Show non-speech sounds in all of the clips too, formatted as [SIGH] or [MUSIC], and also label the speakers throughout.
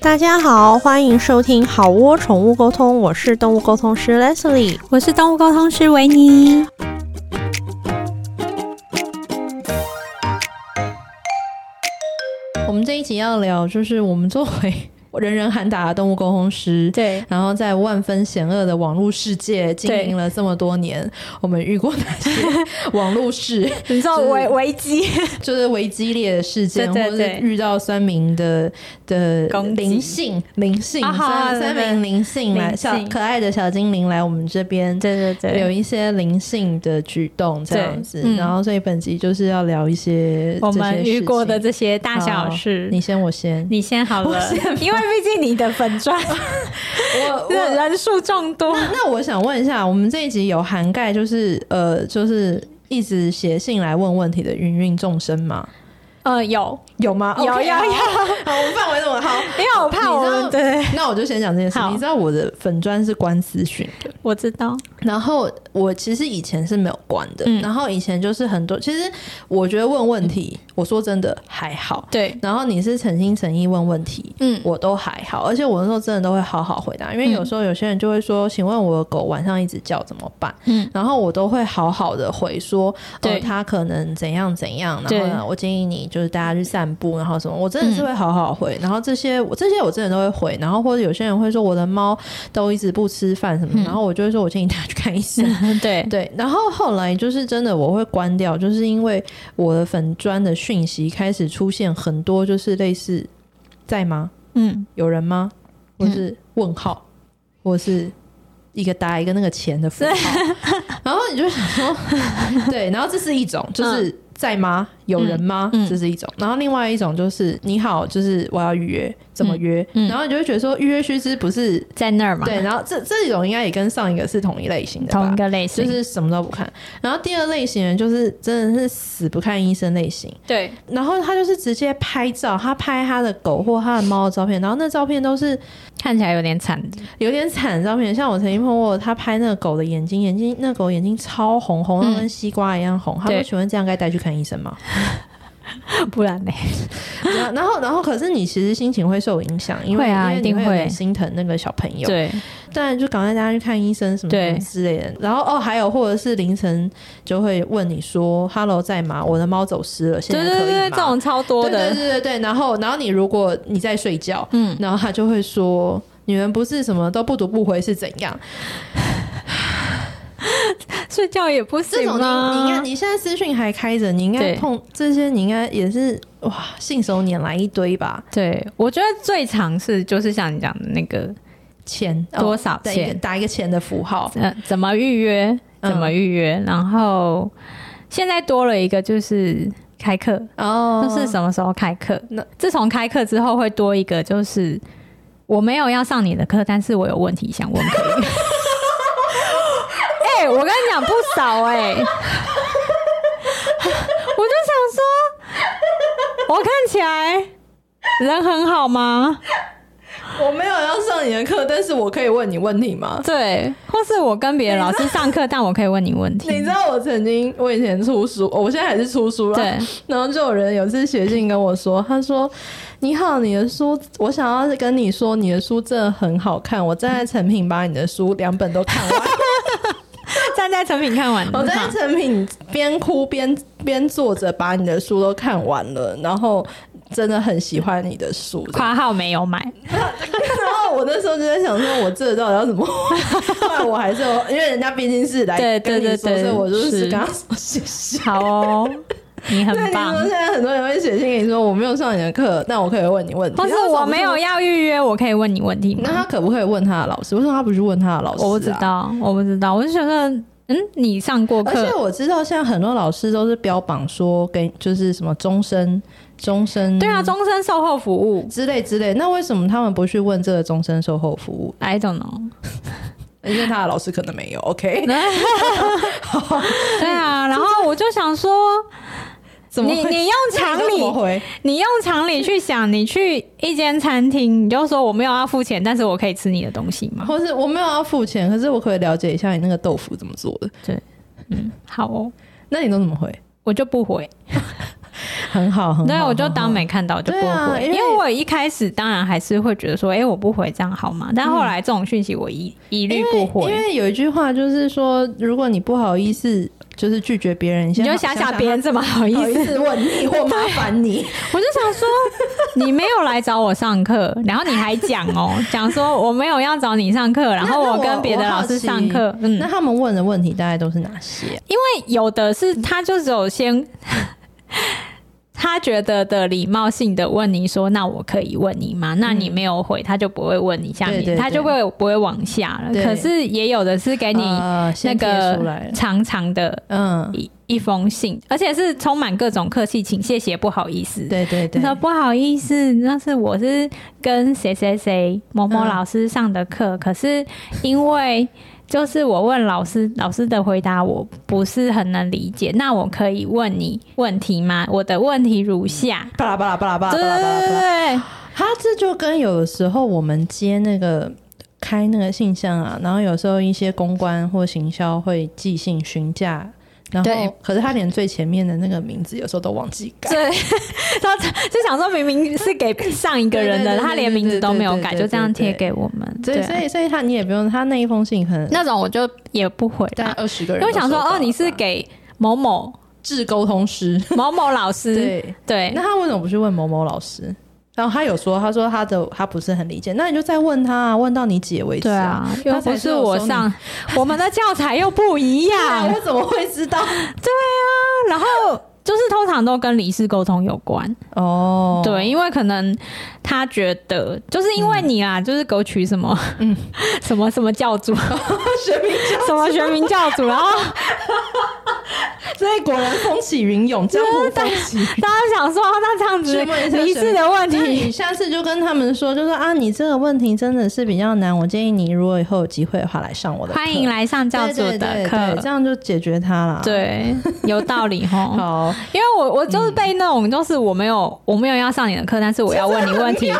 Speaker 1: 大家好，欢迎收听好窝宠物沟通，我是动物沟通师 Leslie。
Speaker 2: 我是动物沟通师维尼。
Speaker 1: 我们这一集要聊，就是我们作为人人喊打的动物沟通师，
Speaker 2: 对，
Speaker 1: 然后在万分险恶的网络世界经
Speaker 2: 对
Speaker 1: 营了这么多年，我们遇过哪些网络事？ [LAUGHS]
Speaker 2: 你知道
Speaker 1: 就是
Speaker 2: 危危机，
Speaker 1: 就是为激烈的事件，
Speaker 2: 对对
Speaker 1: 或者
Speaker 2: 对
Speaker 1: 是遇到酸民的的
Speaker 2: 攻击
Speaker 1: 灵性灵性
Speaker 2: 啊好啊
Speaker 1: 酸
Speaker 2: 对
Speaker 1: 酸
Speaker 2: 对
Speaker 1: 民灵性来
Speaker 2: 灵性
Speaker 1: 小可爱的小精灵来我们这边，
Speaker 2: 对对
Speaker 1: 有，一些灵性的举动这样子，
Speaker 2: 对嗯
Speaker 1: 然后所以本集就是要聊一些
Speaker 2: 我们
Speaker 1: 这些事
Speaker 2: 遇过的
Speaker 1: 情
Speaker 2: 这些大小事，哦
Speaker 1: 好你先，我
Speaker 2: [LAUGHS]
Speaker 1: 先，
Speaker 2: 你先好了，因为毕竟你的粉 [LAUGHS] 砖
Speaker 1: 我
Speaker 2: 人
Speaker 1: 我
Speaker 2: 人数众多，
Speaker 1: [LAUGHS] 那我想问一下，我们这一集有涵盖就是呃就是一直写信来问问题的芸芸众生吗？
Speaker 2: 呃，有，
Speaker 1: 有吗？
Speaker 2: [LAUGHS] 有
Speaker 1: OK，
Speaker 2: 有
Speaker 1: 好
Speaker 2: 有
Speaker 1: 好，我们范围那么好。
Speaker 2: 因为 [LAUGHS] 我怕我们
Speaker 1: 你知道
Speaker 2: 对，
Speaker 1: 那我就先讲这件事。
Speaker 2: 好
Speaker 1: 你知道我的粉砖是关私讯的，
Speaker 2: 我知道，
Speaker 1: 然后我其实以前是没有关的，
Speaker 2: 嗯
Speaker 1: 然后以前就是很多，其实我觉得问问题，我说真的还好。
Speaker 2: 对，
Speaker 1: 然后你是诚心诚意问问题，
Speaker 2: 嗯，
Speaker 1: 我都还好，而且我那时候真的都会好好回答，因为有时候有些人就会说，请问我的狗晚上一直叫怎么办？
Speaker 2: 嗯，
Speaker 1: 然后我都会好好的回说，
Speaker 2: 对
Speaker 1: 呃，它可能怎样怎样，然
Speaker 2: 对嗯
Speaker 1: 后呢，我建议你就是大家去散步，然后什么，我真的是会好好回，然后这些我这些我真的都会回，然后或者有些人会说我的猫都一直不吃饭什么，
Speaker 2: 嗯
Speaker 1: 然后我就会说我建议大家去看医生，
Speaker 2: 对，
Speaker 1: 对，然后后来就是真的我会关掉，就是因为我的粉砖的讯息开始出现很多，就是类似在吗？
Speaker 2: 嗯，
Speaker 1: 有人吗？或是问号，或是一个打一个那个钱的
Speaker 2: [LAUGHS]
Speaker 1: 符号，然后你就想说，对，然后这是一种，就是在吗？有人吗？
Speaker 2: 嗯嗯嗯
Speaker 1: 这是一种，然后另外一种就是你好，就是我要预约，怎么约？
Speaker 2: 嗯嗯
Speaker 1: 然后你就会觉得说预约须知不是
Speaker 2: 在那儿嘛，
Speaker 1: 对，，然后这这种应该也跟上一个是同一类型的吧，
Speaker 2: 同一个类
Speaker 1: 就
Speaker 2: 型，
Speaker 1: 是什么都不看。然后第二类型人就是真的是死不看医生类型，
Speaker 2: 对，
Speaker 1: 然后他就是直接拍照，他拍他的狗或他的猫的照片，然后那照片都是
Speaker 2: 看起来有点惨，
Speaker 1: 有点惨的照片。像我曾经碰过他拍那个狗的眼睛，眼睛那狗眼睛超红，红到
Speaker 2: 嗯
Speaker 1: 跟西瓜一样红。他说：“
Speaker 2: 对
Speaker 1: 请问这样该带去看医生吗
Speaker 2: 不然呢？？”
Speaker 1: 然后然后然后可是你其实心情会受影响，因为
Speaker 2: 会啊
Speaker 1: 因为
Speaker 2: 一定
Speaker 1: 你会有点
Speaker 2: 会
Speaker 1: 心疼那个小朋友。
Speaker 2: 对，
Speaker 1: 当然就赶快带他去看医生什么什
Speaker 2: 对
Speaker 1: 么之类的。然后哦，还有或者是凌晨就会问你说：“Hello，在吗？我的猫走失了，现
Speaker 2: 对
Speaker 1: 在
Speaker 2: 对
Speaker 1: 可以吗？”
Speaker 2: 对，这种超多
Speaker 1: 对
Speaker 2: 的，
Speaker 1: 对对对。然后然后你如果你在睡觉，
Speaker 2: 嗯，
Speaker 1: 然后他就会说：“你们不是什么都不读不回是怎样？”
Speaker 2: 睡觉也不
Speaker 1: 这
Speaker 2: 行
Speaker 1: 种你你应该
Speaker 2: 吗？
Speaker 1: 你现在私讯还开着，你应该
Speaker 2: 对
Speaker 1: 碰这些，你应该也是哇信手拈来一堆吧？
Speaker 2: 对，我觉得最常是就是像你讲的那个
Speaker 1: 钱哦
Speaker 2: 多少
Speaker 1: 打一个
Speaker 2: 钱，
Speaker 1: 打一个钱的符号，
Speaker 2: 呃，怎么预约，
Speaker 1: 嗯
Speaker 2: 怎么预约，然后现在多了一个就是开课，
Speaker 1: 哦
Speaker 2: 就是什么时候开课？
Speaker 1: 那
Speaker 2: 那自从开课之后会多一个就是我没有要上你的课，但是我有问题
Speaker 1: [LAUGHS]
Speaker 2: 想问可以。哎、我跟你讲不少哎、我就想说，我看起来人很好吗？
Speaker 1: 我没有要上你的课，但是我可以问你问题吗？
Speaker 2: 对，或是我跟别的老师上课，但我可以问你问题。
Speaker 1: [LAUGHS] 你知道我曾经，我以前出书，哦我现在还是出书啦。
Speaker 2: 对，
Speaker 1: 然后就有人有次写信跟我说，他说：“你好，你的书，我想要跟你说，你的书真的很好看，我站在成品把你的书两本都
Speaker 2: [LAUGHS]
Speaker 1: 看完。”
Speaker 2: 站在成品看完的
Speaker 1: 我在
Speaker 2: 话
Speaker 1: 成品边哭边边坐着，把你的书都看完了，然后真的很喜欢你的书。
Speaker 2: 夸号没有买，
Speaker 1: 然后我那时候就在想说，我这到底要怎么回？ [LAUGHS] 后来我还是有因为人家毕竟是来
Speaker 2: 对
Speaker 1: 跟你
Speaker 2: 对
Speaker 1: 说，
Speaker 2: 对对
Speaker 1: 所以我就是
Speaker 2: 是
Speaker 1: 跟他说谢谢。
Speaker 2: 好哦，你很
Speaker 1: 对，你
Speaker 2: 棒
Speaker 1: 说。现在很多人会写信给你说我没有上你的课，但我可以问你问题，
Speaker 2: 或是
Speaker 1: 那
Speaker 2: 我没有。要预约，我可以问你问题
Speaker 1: 那
Speaker 2: 吗？
Speaker 1: 他可不可以问他的老师？为什么他不去问他的老师、啊
Speaker 2: 我不知。道，我不知道，我就觉得，嗯，你上过
Speaker 1: 而且
Speaker 2: 课，嗯
Speaker 1: 我知道，现在很多老师都是标榜说跟就是什么终身、终身
Speaker 2: 对啊，终身售后服务
Speaker 1: 之类之类。那为什么他们不去问这个终身售后服务？
Speaker 2: ，I don't
Speaker 1: [LAUGHS]
Speaker 2: know。
Speaker 1: 因为他的老师可能没有。OK， [LAUGHS]
Speaker 2: 对啊，然后我就想说，
Speaker 1: 怎么
Speaker 2: 你
Speaker 1: 会
Speaker 2: 你用常
Speaker 1: 这个怎么
Speaker 2: 理，
Speaker 1: 回？
Speaker 2: 你用常理去想，你去一间餐厅，你就说我没有要付钱，但是我可以吃你的东西吗？
Speaker 1: 或是我没有要付钱，可是我可以了解一下你那个豆腐怎么做的？
Speaker 2: 好哦，
Speaker 1: 那你都怎么回？
Speaker 2: 我就不回。
Speaker 1: 很好，嗯很好。
Speaker 2: 对，我就
Speaker 1: 很好
Speaker 2: 当没看到就不
Speaker 1: 对啊
Speaker 2: 回，
Speaker 1: 因
Speaker 2: 因
Speaker 1: 为
Speaker 2: 为我一开始当然还是会觉得说，哎、我不回这样好吗？但后来这种讯息我一一律
Speaker 1: 嗯因为
Speaker 2: 不回
Speaker 1: 因，为有一句话就是说，如果你不好意思就是拒绝别人，你
Speaker 2: 你就
Speaker 1: 想
Speaker 2: 想想别人怎么好意
Speaker 1: 他不好意
Speaker 2: 思。
Speaker 1: 思问你或麻烦你，
Speaker 2: 我就想说，你没有来找我上
Speaker 1: [LAUGHS]
Speaker 2: 课，然后你还讲哦，讲说我没有要找你上课，然后
Speaker 1: 那那我
Speaker 2: 跟别的老师上课， [LAUGHS] 嗯
Speaker 1: 那，他们问的问题大概都是哪些？
Speaker 2: 因为有的是他就只有先。 [LAUGHS] 他觉得的礼貌性的问你说：“那我可以问你吗？”那你没有回，他就不会问你下面，
Speaker 1: 嗯对对对
Speaker 2: 他就会不会往下了。
Speaker 1: 对
Speaker 2: 可是也有的是给哎你
Speaker 1: 呃
Speaker 2: 那
Speaker 1: 先贴出来
Speaker 2: 个
Speaker 1: 了
Speaker 2: 长长的
Speaker 1: 嗯，
Speaker 2: 一一封信，而且是充满各种客气，请、谢谢、不好意思。
Speaker 1: 对对
Speaker 2: 他
Speaker 1: 对，
Speaker 2: 说不好意思，那是我是跟谁谁谁某某
Speaker 1: 嗯
Speaker 2: 老师上的课，可是因为就是我问老师，老师的回答我不是很能理解，那我可以问你问题吗？我的问题如下，
Speaker 1: 巴拉巴拉巴拉巴拉
Speaker 2: 对
Speaker 1: 巴拉巴
Speaker 2: 对
Speaker 1: 拉。
Speaker 2: 对，
Speaker 1: 他这就跟有的时候我们接那个开那个信箱啊，然后有时候一些公关或行销会寄信询价。然
Speaker 2: 对
Speaker 1: 后，可是他连最前面的那个名字有时候都忘记改，
Speaker 2: 对，他就想说明明是给上一个人
Speaker 1: 对对
Speaker 2: 的，
Speaker 1: 对
Speaker 2: 他连名字都没有改，
Speaker 1: 对对对对
Speaker 2: 就这样贴
Speaker 1: 对
Speaker 2: 给我们，
Speaker 1: 所
Speaker 2: 对
Speaker 1: 以
Speaker 2: 啊
Speaker 1: 所以所以他你也不用，他那一封信可能
Speaker 2: 那种我就也不回
Speaker 1: 大概
Speaker 2: 了，
Speaker 1: 二十个
Speaker 2: 因
Speaker 1: 人
Speaker 2: 为
Speaker 1: 都
Speaker 2: 我
Speaker 1: 收到
Speaker 2: 想
Speaker 1: 了
Speaker 2: 说
Speaker 1: 吧，
Speaker 2: 哦，你是给某某
Speaker 1: 致沟通师，
Speaker 2: 某某老师，
Speaker 1: 对。
Speaker 2: 对，
Speaker 1: [LAUGHS] 那他为什么不去问某某老师？然后他有说，他说他的他不是很理解，那你就再问他啊，问到你解为止
Speaker 2: 对啊，又
Speaker 1: 他才
Speaker 2: 不
Speaker 1: 是
Speaker 2: 是
Speaker 1: 有
Speaker 2: 我
Speaker 1: 收你
Speaker 2: 上，我们的教材又不一
Speaker 1: [LAUGHS] 对
Speaker 2: [LAUGHS]
Speaker 1: 啊，
Speaker 2: 样。啊
Speaker 1: 我怎么会知道？
Speaker 2: 然后就是通常都跟理事沟通有关，
Speaker 1: [LAUGHS] 哦，嗯
Speaker 2: 对，因为可能他觉得就是因为你啦，就是狗取什么，嗯， [LAUGHS] 什么什么教主，
Speaker 1: 哦学名教，
Speaker 2: 什么学名教主，然
Speaker 1: [LAUGHS]
Speaker 2: 后
Speaker 1: 所以果然风起云涌，江湖风起。
Speaker 2: 大家想说那这样子
Speaker 1: 询啊问一下
Speaker 2: 理事的问
Speaker 1: 那
Speaker 2: 题，
Speaker 1: 你下次就跟他们说，就说啊，你这个问题真的是比较难，我建议你如果以后有机会的话来上我的
Speaker 2: [LAUGHS]
Speaker 1: 课，
Speaker 2: 欢迎来上教主
Speaker 1: 对对
Speaker 2: 的
Speaker 1: 对对这
Speaker 2: 课，
Speaker 1: 样就解决它了。，
Speaker 2: 对，有道理吼。
Speaker 1: [LAUGHS] 好，
Speaker 2: 因为我我就是被那种就是我没有我没有要上你的课，但是我要问你问题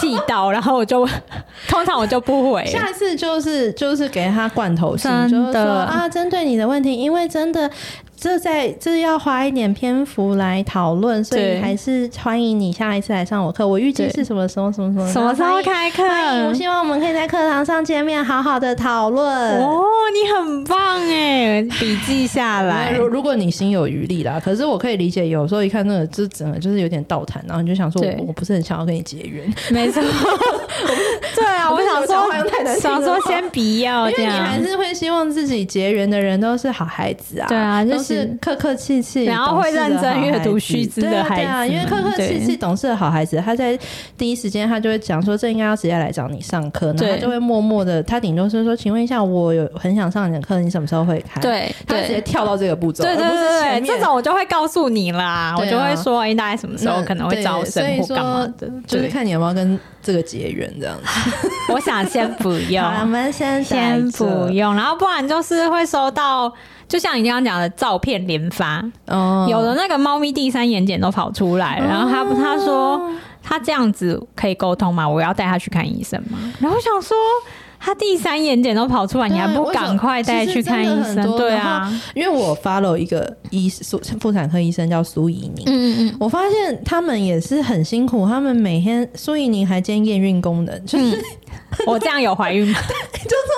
Speaker 2: 气到，然后我就 [LAUGHS] 通常我就不回。
Speaker 1: 下次就是就是给他罐头信，
Speaker 2: 哎真
Speaker 1: 就是说
Speaker 2: 的
Speaker 1: 啊，针对你的问题，因为真的这在这要花一点篇幅来讨论，所以
Speaker 2: 对
Speaker 1: 还是欢迎你下一次来上我课。我预计
Speaker 2: 对
Speaker 1: 是什么时候什么什么
Speaker 2: 什么时候？开课？
Speaker 1: 然后欢迎欢迎，我希望我们可以在课堂上见面，好好的讨论。
Speaker 2: 哦，你很棒哎，笔记下来
Speaker 1: 那。如如果你心有余力啦，可是我可以理解，有时候一看那个，就整个就是有点倒谈，然后你就想说
Speaker 2: 对
Speaker 1: 我，我不是很想要跟你结缘，
Speaker 2: 没
Speaker 1: [LAUGHS]
Speaker 2: 错，对啊，我
Speaker 1: 我不是
Speaker 2: 想
Speaker 1: 有讲话用太难
Speaker 2: 说，
Speaker 1: 听
Speaker 2: 想
Speaker 1: 了
Speaker 2: 说
Speaker 1: 吗
Speaker 2: 先不要哦
Speaker 1: 因
Speaker 2: 这
Speaker 1: 为你
Speaker 2: 样
Speaker 1: 还，是会希望自己结缘的人都是好孩子啊，
Speaker 2: 对啊就
Speaker 1: 都
Speaker 2: 是
Speaker 1: 是客客气气，
Speaker 2: 然后会认真
Speaker 1: 懂事的好孩子
Speaker 2: 阅读须知的孩子
Speaker 1: 对啊，对啊因为客客气气、
Speaker 2: 对
Speaker 1: 懂事的好孩子，他在第一时间他就会讲说，这应该要直接来找你上课，然后他
Speaker 2: 对
Speaker 1: 就会默默的，他顶多是说，请问一下，我有很想上你的课，你什么时候会开？，
Speaker 2: 对
Speaker 1: 他直接
Speaker 2: 对。
Speaker 1: 跳到这个步骤，
Speaker 2: 对对
Speaker 1: 而不是
Speaker 2: 对
Speaker 1: 前
Speaker 2: 对，
Speaker 1: 面
Speaker 2: 这种我就会告诉你啦，我
Speaker 1: 对啊
Speaker 2: 就会说，哎，大概什么时候可能会
Speaker 1: 那
Speaker 2: 招生
Speaker 1: 对
Speaker 2: 或
Speaker 1: 所以
Speaker 2: 干嘛
Speaker 1: 说
Speaker 2: 的，
Speaker 1: 就是
Speaker 2: 对
Speaker 1: 看你有没有跟这个结缘这样子。
Speaker 2: 我想先不要，
Speaker 1: [LAUGHS] 好，我啊们先
Speaker 2: 先
Speaker 1: 打
Speaker 2: 不
Speaker 1: 折
Speaker 2: 用，然后不然就是会收到，就像你刚刚讲的照片连发，
Speaker 1: 哦
Speaker 2: 有的那个猫咪第三眼睑都跑出来，然后他他说他这样子可以沟通吗？我要带他去看医生吗？然后我想说。他第三眼睑都跑出来，
Speaker 1: 对
Speaker 2: 你还不
Speaker 1: 我想
Speaker 2: 赶快带去看医
Speaker 1: 其实真的很
Speaker 2: 生？
Speaker 1: 多
Speaker 2: 对啊，
Speaker 1: 因为我 follow 一个医苏妇产科医生叫苏怡宁。
Speaker 2: 嗯嗯
Speaker 1: 我发现他们也是很辛苦，他们每天苏怡宁还兼验孕功能，就是、
Speaker 2: 嗯，我这样有怀孕吗？
Speaker 1: [LAUGHS]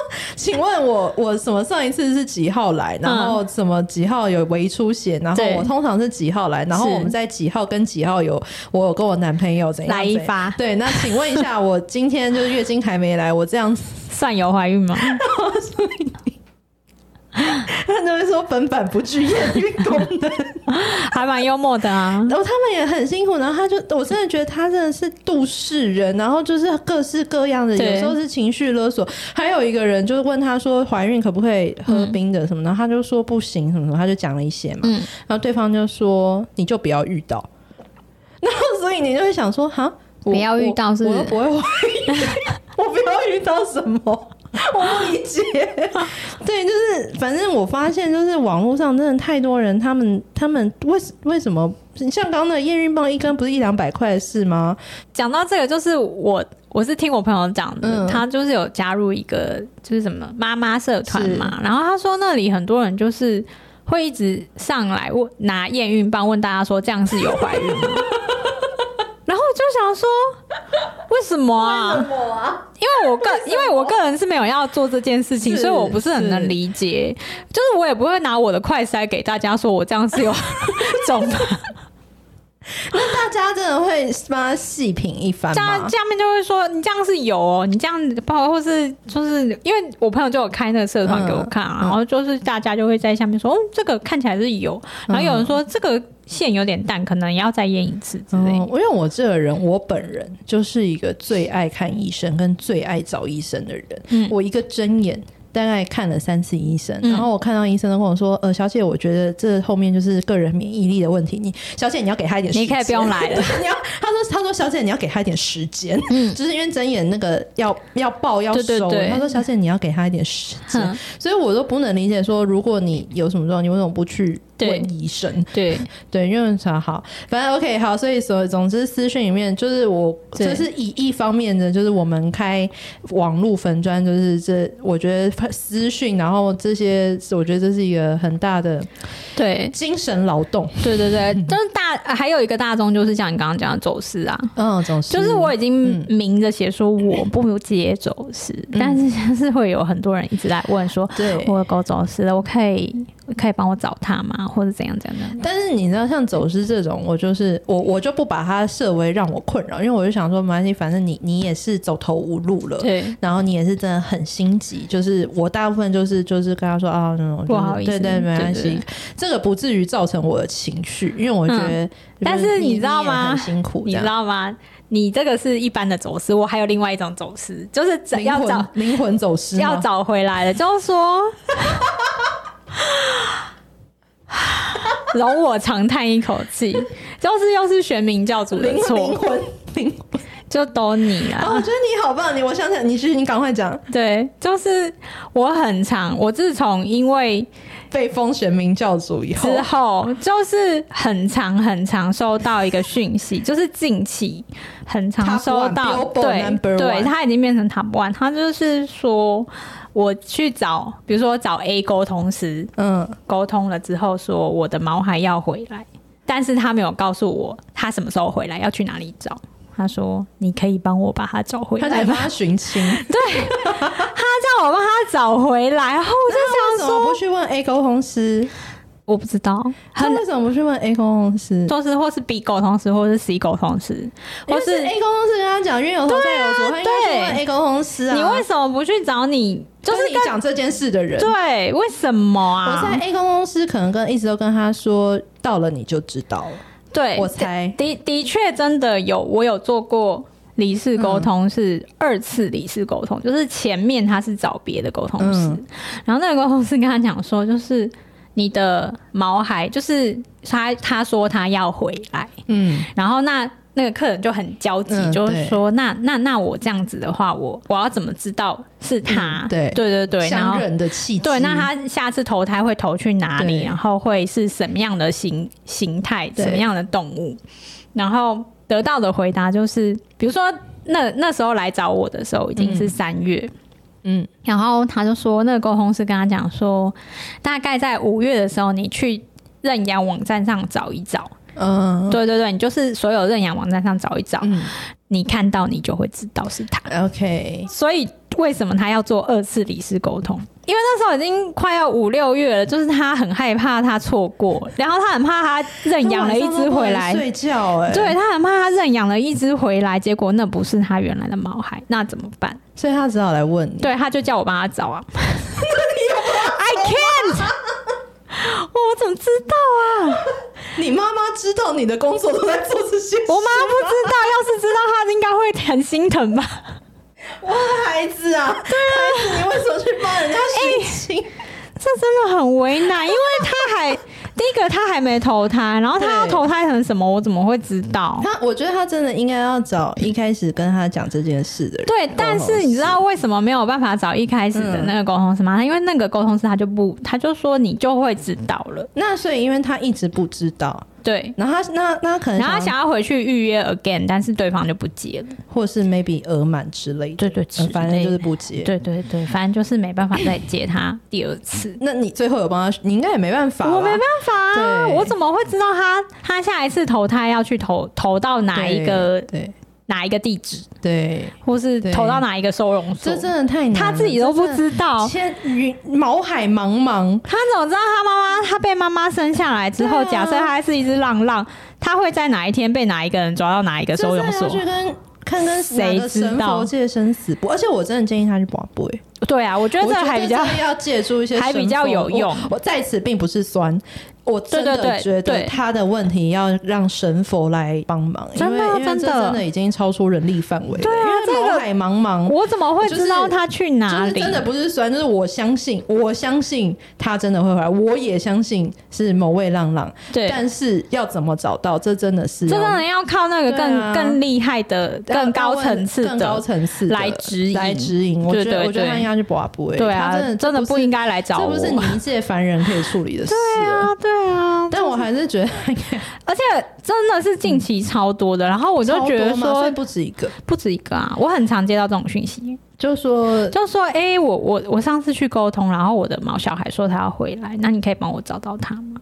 Speaker 2: [LAUGHS]
Speaker 1: 请问我我什么上一次是几号来，然后什么几号有微出血，然后
Speaker 2: 对
Speaker 1: 我通常是几号来，然后
Speaker 2: 是
Speaker 1: 我们在几号跟几号有我有跟我男朋友怎样
Speaker 2: 来一
Speaker 1: 怎样
Speaker 2: 发
Speaker 1: 对，那请问一下，我今天就是月经还没来，我这样子， [LAUGHS]
Speaker 2: 算有怀孕吗？
Speaker 1: 他们会说本版不具验孕功能，
Speaker 2: 还蛮幽默的啊。
Speaker 1: 然后他们也很辛苦，然后他就，我真的觉得他真的是都市人，然后就是各式各样的，
Speaker 2: 对
Speaker 1: 有时候是情绪勒索，还有一个人就是问他说怀孕可不可以喝冰的什么，然后他就说不行什么什么，他就讲了一些嘛，
Speaker 2: 嗯
Speaker 1: 然后对方就说你就不要遇到， [LAUGHS] 然后所以你就会想说哈，我
Speaker 2: 不要遇到是
Speaker 1: 我我又不会怀孕， [LAUGHS] 我不要遇到什么， [LAUGHS] 我不理解。 [LAUGHS] 对，就是反正我发现，就是网络上真的太多人，他们他们为为什么？像刚刚的验孕棒一根不是一两百块的事吗？
Speaker 2: 讲到这个，就是我我是听我朋友讲的，
Speaker 1: 嗯
Speaker 2: 他就是有加入一个就是什么妈妈社团嘛，然后他说那里很多人就是会一直上来问拿验孕棒问大家说这样是有怀孕 [LAUGHS] 吗？然后我就想说，为什么啊？
Speaker 1: 我啊，
Speaker 2: 因为我个因为我个人是没有要做这件事情，
Speaker 1: 是
Speaker 2: 所以我不是很能理解。就是我也不会拿我的快筛给大家说我这样 [LAUGHS] 是有肿吧，
Speaker 1: 大家真的会帮他细品一番
Speaker 2: 家
Speaker 1: 吗？
Speaker 2: 下面就会说你这样是有哦，你这样子包括或是就是因为我朋友就有开那个社团给我看啊，
Speaker 1: 嗯嗯
Speaker 2: 然后就是大家就会在下面说，哦，这个看起来是有，
Speaker 1: 嗯
Speaker 2: 然后有人说这个线有点淡，可能也要再验一次之
Speaker 1: 嗯，
Speaker 2: 类的。
Speaker 1: 因为我这个人，我本人就是一个最爱看医生跟最爱找医生的人。
Speaker 2: 嗯
Speaker 1: 我一个睁眼大概看了三次医生，
Speaker 2: 嗯
Speaker 1: 然后我看到医生都跟我说：“呃，小姐，我觉得这后面就是个人免疫力的问题。你小姐，你要给他一点时
Speaker 2: 你
Speaker 1: 间，
Speaker 2: 可以不用来了。
Speaker 1: [LAUGHS]
Speaker 2: 嗯
Speaker 1: 你要他说他说小姐，你要给他一点时间，就是因为睁眼那个要要抱要收。
Speaker 2: 对对对嗯
Speaker 1: 他说小姐，你要给他一点时间，
Speaker 2: 哼
Speaker 1: 所以我都不能理解说，如果你有什么状况，你为什么不去
Speaker 2: 对
Speaker 1: 问医生？
Speaker 2: 对，
Speaker 1: 对，因为啥好，反正 OK 好，所以所总之私讯里面就是我，
Speaker 2: 对
Speaker 1: 就是以一方面的，就是我们开网络粉砖，就是这我觉得私讯，然后这些我觉得这是一个很大的
Speaker 2: 对，
Speaker 1: 精神劳动，
Speaker 2: 对对对，就是大还有一个大宗就是像你刚刚讲的走私啊，
Speaker 1: 嗯，总是
Speaker 2: 就是我已经明着写说我不接走私，但是就是会有很多人一直来问说，
Speaker 1: 嗯对
Speaker 2: 我的狗走私了，我可以可以帮我找它吗？或者怎样怎样怎样？
Speaker 1: 但是你知道，像走失这种，我就是我，我就不把它设为让我困扰，因为我就想说，没关系，反正你你也是走投无路了，
Speaker 2: 对
Speaker 1: 然后你也是真的很心急，就是我大部分就是就是跟他说啊，那种
Speaker 2: 不好意思
Speaker 1: 对对，没关
Speaker 2: 对对
Speaker 1: 系
Speaker 2: 对，
Speaker 1: 这个不至于造成我的情绪，因为我觉得就是你，
Speaker 2: 嗯但是你
Speaker 1: 你
Speaker 2: 知道
Speaker 1: 也很
Speaker 2: 吗
Speaker 1: 辛苦这
Speaker 2: 你
Speaker 1: 样，
Speaker 2: 知道吗？你这个是一般的走私，我还有另外一种走私，就是只要
Speaker 1: 灵
Speaker 2: 找
Speaker 1: 魂灵魂走失吗，
Speaker 2: 要找回来了，就是
Speaker 1: [LAUGHS]
Speaker 2: 说。容我长叹一口气，就是又是玄冥教主的
Speaker 1: 灵
Speaker 2: 错，
Speaker 1: 灵魂灵魂
Speaker 2: 就都你
Speaker 1: 啊！
Speaker 2: 啊
Speaker 1: 我。觉得你好棒，你我想想，你是你赶快讲
Speaker 2: 对，就是我很常，我自从因为
Speaker 1: 被封神明教主以后
Speaker 2: 之，后，就是很常很常收到一个讯息，就是近期很常
Speaker 1: Top
Speaker 2: 收
Speaker 1: one，
Speaker 2: 到，
Speaker 1: Billboard
Speaker 2: 对
Speaker 1: number
Speaker 2: 对，
Speaker 1: one
Speaker 2: 他已经变成 top one，他就是说我去找，比如说找 A 沟通师，
Speaker 1: 嗯，
Speaker 2: 沟通了之后说我的毛孩要回来，但是他没有告诉我他什么时候回来，要去哪里找。他说：“你可以帮我把他找回
Speaker 1: 他
Speaker 2: 来
Speaker 1: 才
Speaker 2: 吗
Speaker 1: 帮他
Speaker 2: [LAUGHS]
Speaker 1: 寻亲，对，
Speaker 2: 他叫我帮他找回来，然后我就
Speaker 1: 为什么不去问 A 沟通师？
Speaker 2: 我不知道，
Speaker 1: 他
Speaker 2: 很
Speaker 1: 为什么不去问 A 沟通师？
Speaker 2: 就是或是 B 沟通师，或是 C 沟通师，或
Speaker 1: 因为是
Speaker 2: 是
Speaker 1: A 沟通师跟他讲冤有头债有主，他应该去问
Speaker 2: 对
Speaker 1: A 沟通师啊。
Speaker 2: 你为什么不去找你？就是
Speaker 1: 跟你讲这件事的人。
Speaker 2: 对，为什么
Speaker 1: 我
Speaker 2: 啊
Speaker 1: 在？A 哎公司可能跟一直都跟他说，到了你就知道了。
Speaker 2: 对，
Speaker 1: 我猜
Speaker 2: 的的确真的有，我有做过离世沟通，是二次离世沟通，就是前面他是找别的沟通师，
Speaker 1: 嗯
Speaker 2: 然后那个沟通师跟他讲说，就是你的毛孩，就是他他说他要回来，
Speaker 1: 嗯，
Speaker 2: 然后那。那个客人就很焦急，
Speaker 1: 嗯
Speaker 2: 就是
Speaker 1: 对
Speaker 2: 说，那那那我这样子的话，我我要怎么知道是他？
Speaker 1: 嗯对
Speaker 2: 对对对，然后
Speaker 1: 相认的契机。
Speaker 2: 对，那他下次投胎会投去哪里？
Speaker 1: 对
Speaker 2: 然后会是什么样的形形态？
Speaker 1: 对
Speaker 2: 什么样的动物？然后得到的回答就是，比如说那那时候来找我的时候已经是三月，
Speaker 1: 嗯
Speaker 2: 然后他就说，那个沟通师跟他讲说，大概在五月的时候，你去认养网站上找一找。
Speaker 1: 嗯
Speaker 2: 对啊对对，你就是所有认养网站上找一找，
Speaker 1: 嗯
Speaker 2: 你看到你就会知道是他。
Speaker 1: ，OK，
Speaker 2: 所以为什么他要做二次理事沟通？因为那时候已经快要五六月了，就是他很害怕他错过，然后他很怕他认 [LAUGHS] 养了一只回
Speaker 1: 晚上都不能
Speaker 2: 来，
Speaker 1: 睡觉哎、
Speaker 2: 对，他很怕他认养了一只回来，结果那不是他原来的毛孩，那怎么办？
Speaker 1: 所以他只好来问你。
Speaker 2: 对，他就叫我帮他找啊。I can't，我怎么知道啊？
Speaker 1: 你妈妈知道你的工作都在做这些
Speaker 2: [LAUGHS]
Speaker 1: 事，
Speaker 2: 我妈不知道，要是知道，她应该会很心疼吧。
Speaker 1: 我的孩子啊，孩子，你为什么去帮人家
Speaker 2: 哎 [LAUGHS]
Speaker 1: 寻亲？
Speaker 2: 这真的很为难，因为他还第一个他还没投胎，然后他要
Speaker 1: 对
Speaker 2: 投胎成什么，我怎么会知道？
Speaker 1: 他，我觉得他真的应该要找一开始跟他讲这件事的人。
Speaker 2: 对，但是你知道为什么没有办法找一开始的那个沟通师吗？因为那个沟通师他就不，他就说你就会知道了。
Speaker 1: 那所以，因为他一直不知道，
Speaker 2: 对，
Speaker 1: 然后他那那他可能
Speaker 2: 然后他
Speaker 1: 想
Speaker 2: 想要回去预约 again，但是对方就不接了。
Speaker 1: 要，或是 maybe 额满之类的，
Speaker 2: 对对
Speaker 1: 呃
Speaker 2: 之
Speaker 1: 反正
Speaker 2: 类
Speaker 1: 就是不接。。
Speaker 2: 对对对，反正就是没办法再接他第二次
Speaker 1: 那你最后有帮他，你应该也没办 [LAUGHS] 法啦，
Speaker 2: 我没办法啊，
Speaker 1: 对
Speaker 2: 我怎么会知道他他下一次投胎要去投投到哪一个
Speaker 1: 对
Speaker 2: 哪一个地址，
Speaker 1: 对，
Speaker 2: 或是
Speaker 1: 对
Speaker 2: 投到哪一个收容所
Speaker 1: 这？真的太难了，
Speaker 2: 他自己都不
Speaker 1: 这真的
Speaker 2: 知道，
Speaker 1: 千云毛海茫
Speaker 2: [LAUGHS]
Speaker 1: 茫，
Speaker 2: 他怎么知道他妈妈他被妈妈生下来之后，
Speaker 1: 对啊
Speaker 2: 假设他是一只浪浪，他会在哪一天被哪一个人抓到哪一个收容所
Speaker 1: 这？真的要去跟看跟
Speaker 2: 谁
Speaker 1: 哪个神
Speaker 2: 知道
Speaker 1: 佛界生死簿，而且我真的建议他去广播、欸，
Speaker 2: 对啊，我觉得
Speaker 1: 我
Speaker 2: 这
Speaker 1: 觉
Speaker 2: 还比
Speaker 1: 得
Speaker 2: 较
Speaker 1: 真的要借助一些
Speaker 2: 还
Speaker 1: 神
Speaker 2: 比较
Speaker 1: 佛
Speaker 2: 有用
Speaker 1: 我。我在此并不是酸。我真
Speaker 2: 对对
Speaker 1: 的
Speaker 2: 对
Speaker 1: 觉得
Speaker 2: 对
Speaker 1: 他的问题要让神佛来帮忙，因
Speaker 2: 真
Speaker 1: 为
Speaker 2: 的
Speaker 1: 因为这
Speaker 2: 真的啊
Speaker 1: 真的已经超出人力范围了，因为毛海茫茫，
Speaker 2: 我怎么会知道
Speaker 1: 就是
Speaker 2: 他去哪
Speaker 1: 就是
Speaker 2: 里？
Speaker 1: 真的不是酸，就是我相信，我相信他真的会回来，我也相信是某位浪浪，
Speaker 2: 对，
Speaker 1: 但是要怎么找到，这真的是
Speaker 2: 这
Speaker 1: 要
Speaker 2: 当然要靠那个更、
Speaker 1: 对啊
Speaker 2: 更厉害的、更高层次
Speaker 1: 更高
Speaker 2: 的。
Speaker 1: 层次的
Speaker 2: 来指引
Speaker 1: 来指引。我觉
Speaker 2: 对
Speaker 1: 得，
Speaker 2: 对
Speaker 1: 我觉得
Speaker 2: 对
Speaker 1: 他应该去拔不欸
Speaker 2: 对啊，
Speaker 1: 他真的
Speaker 2: 真的不应该来
Speaker 1: 这
Speaker 2: 找我。
Speaker 1: 不 [LAUGHS] 是你一介凡人可以处理的事。
Speaker 2: 对啊，对啊，
Speaker 1: 但我还是觉得他应该
Speaker 2: 而且真的是近期超多的，然后我就觉得
Speaker 1: 超多嘛所以
Speaker 2: 说
Speaker 1: 不止一个，
Speaker 2: 不止一个啊，我很常接到这种讯息，
Speaker 1: 就说
Speaker 2: 就说哎、诶我我我上次去沟通，然后我的毛小孩说他要回来，那你可以帮我找到他吗？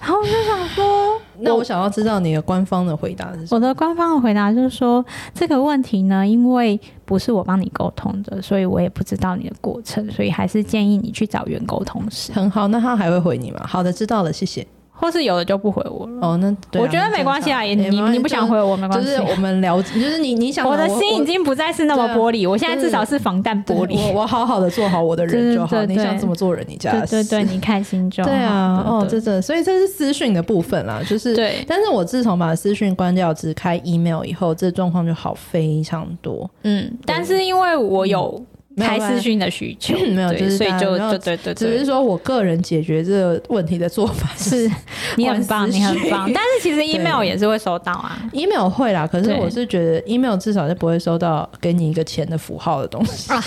Speaker 2: 然后我就想说，
Speaker 1: 那我想要知道你的官方的回答是什么？
Speaker 2: 我的官方的回答就是说，这个问题呢，因为不是我帮你沟通的，所以我也不知道你的过程，所以还是建议你去找员沟通师，
Speaker 1: 很好，那他还会回你吗？好的，知道了，谢谢。
Speaker 2: 或是有的就不回我了。
Speaker 1: 哦，那对啊
Speaker 2: 我觉得没关系啊，也
Speaker 1: 很正常
Speaker 2: 你你不想回我没
Speaker 1: 就
Speaker 2: 关系
Speaker 1: 是。我们了解，就是你你想
Speaker 2: 我的心已经不再是那么
Speaker 1: 对啊
Speaker 2: 玻璃，我现在
Speaker 1: 就是
Speaker 2: 至少是防弹玻璃。
Speaker 1: 我我好好的做好我的人就好，
Speaker 2: 对对
Speaker 1: 你
Speaker 2: 对
Speaker 1: 想怎么做人，你家的
Speaker 2: 对对
Speaker 1: 事
Speaker 2: 对，你开心就好。
Speaker 1: 对啊，哦，这
Speaker 2: 对
Speaker 1: 这，所以这是私讯的部分啦，就是。
Speaker 2: 对，
Speaker 1: 但是我自从把私讯关掉，只开 email 以后，这状况就好非常多。
Speaker 2: 嗯，但是因为我有
Speaker 1: 嗯没有
Speaker 2: 开
Speaker 1: 啦
Speaker 2: 私讯的需求，
Speaker 1: [LAUGHS] 嗯没有
Speaker 2: 对
Speaker 1: 就是
Speaker 2: 所以
Speaker 1: 大家
Speaker 2: 就
Speaker 1: 没有
Speaker 2: 就对对，
Speaker 1: 只
Speaker 2: 对
Speaker 1: 是说我个人解决这个问题的做法是
Speaker 2: 是你很
Speaker 1: 关
Speaker 2: 棒，
Speaker 1: 私
Speaker 2: 你很
Speaker 1: 讯 [LAUGHS]
Speaker 2: 棒。但是其实 email
Speaker 1: 对
Speaker 2: 也是会收到
Speaker 1: [LAUGHS]
Speaker 2: 啊
Speaker 1: email 会啦，可是
Speaker 2: 对
Speaker 1: 我是觉得 email 至少是不会收到给你一个钱的符号的东西。
Speaker 2: 啊。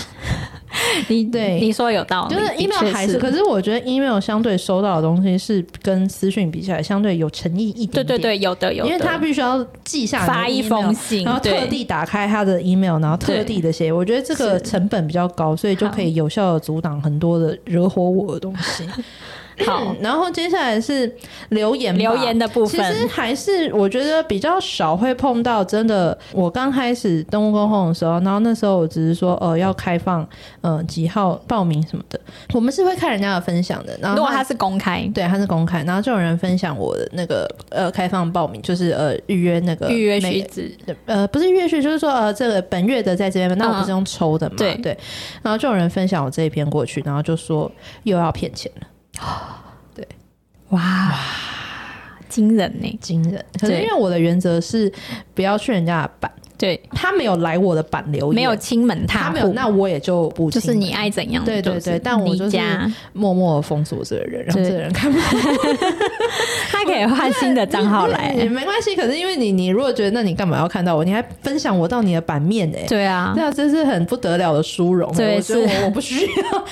Speaker 2: 你
Speaker 1: 对
Speaker 2: 你说有道理，
Speaker 1: 就是
Speaker 2: 的
Speaker 1: email
Speaker 2: 确
Speaker 1: 还是，可是我觉得 email 相对收到的东西是跟私讯比起来相对有诚意一
Speaker 2: 对
Speaker 1: 点
Speaker 2: 对
Speaker 1: 点。
Speaker 2: 对，有的有的，
Speaker 1: 因为他必须要记下你的
Speaker 2: 发一
Speaker 1: email
Speaker 2: 封信
Speaker 1: 然后，特
Speaker 2: 对。
Speaker 1: 地打开他的 email，然后特地的写，我觉得这个
Speaker 2: 是
Speaker 1: 成本比较高，所以就可以有效的阻挡很多的惹火我的东西。
Speaker 2: 好，
Speaker 1: 然后接下来是留言吧，
Speaker 2: 留言的部
Speaker 1: 其实
Speaker 2: 分，
Speaker 1: 还是我觉得比较少会碰到，真的。我刚开始动物沟通的时候，然后那时候我只是说，呃，要开放，呃，几号报名什么的，我们是会看人家的分享的。然后
Speaker 2: 如果他是公开
Speaker 1: 对，它是公开，然后就有人分享我的那个呃开放报名，就是呃预约那个
Speaker 2: 预约
Speaker 1: 每
Speaker 2: 须知，
Speaker 1: 呃不是月序，就是说呃这个本月的在这边，那我不是用抽的嘛？
Speaker 2: 嗯对
Speaker 1: 对。然后就有人分享我这一篇过去，然后就说又要骗钱了，
Speaker 2: 哇，惊人呢！
Speaker 1: 惊人。可是
Speaker 2: 对
Speaker 1: 因为我的原则是不要去人家的版，
Speaker 2: 对，
Speaker 1: 他没有来我的版留言，
Speaker 2: 没有亲门
Speaker 1: 他
Speaker 2: 踏
Speaker 1: 没有，
Speaker 2: 户，
Speaker 1: 那我也就不
Speaker 2: 就是
Speaker 1: 清
Speaker 2: 你啊爱怎样，
Speaker 1: 对对
Speaker 2: 就是
Speaker 1: 对但我
Speaker 2: 你
Speaker 1: 就是 [LAUGHS]
Speaker 2: 家
Speaker 1: 默默地封锁这个人，让
Speaker 2: 对
Speaker 1: 这个人看不到。
Speaker 2: 他可以换新的账号
Speaker 1: [LAUGHS]
Speaker 2: 来
Speaker 1: 也，没关系。可是因为你，你如果觉得那你干嘛要看到我？你还分享我到你的版面呢、
Speaker 2: 对啊
Speaker 1: 对，啊，这是很不得了的殊荣欸、
Speaker 2: 对
Speaker 1: 我觉得我我不需要。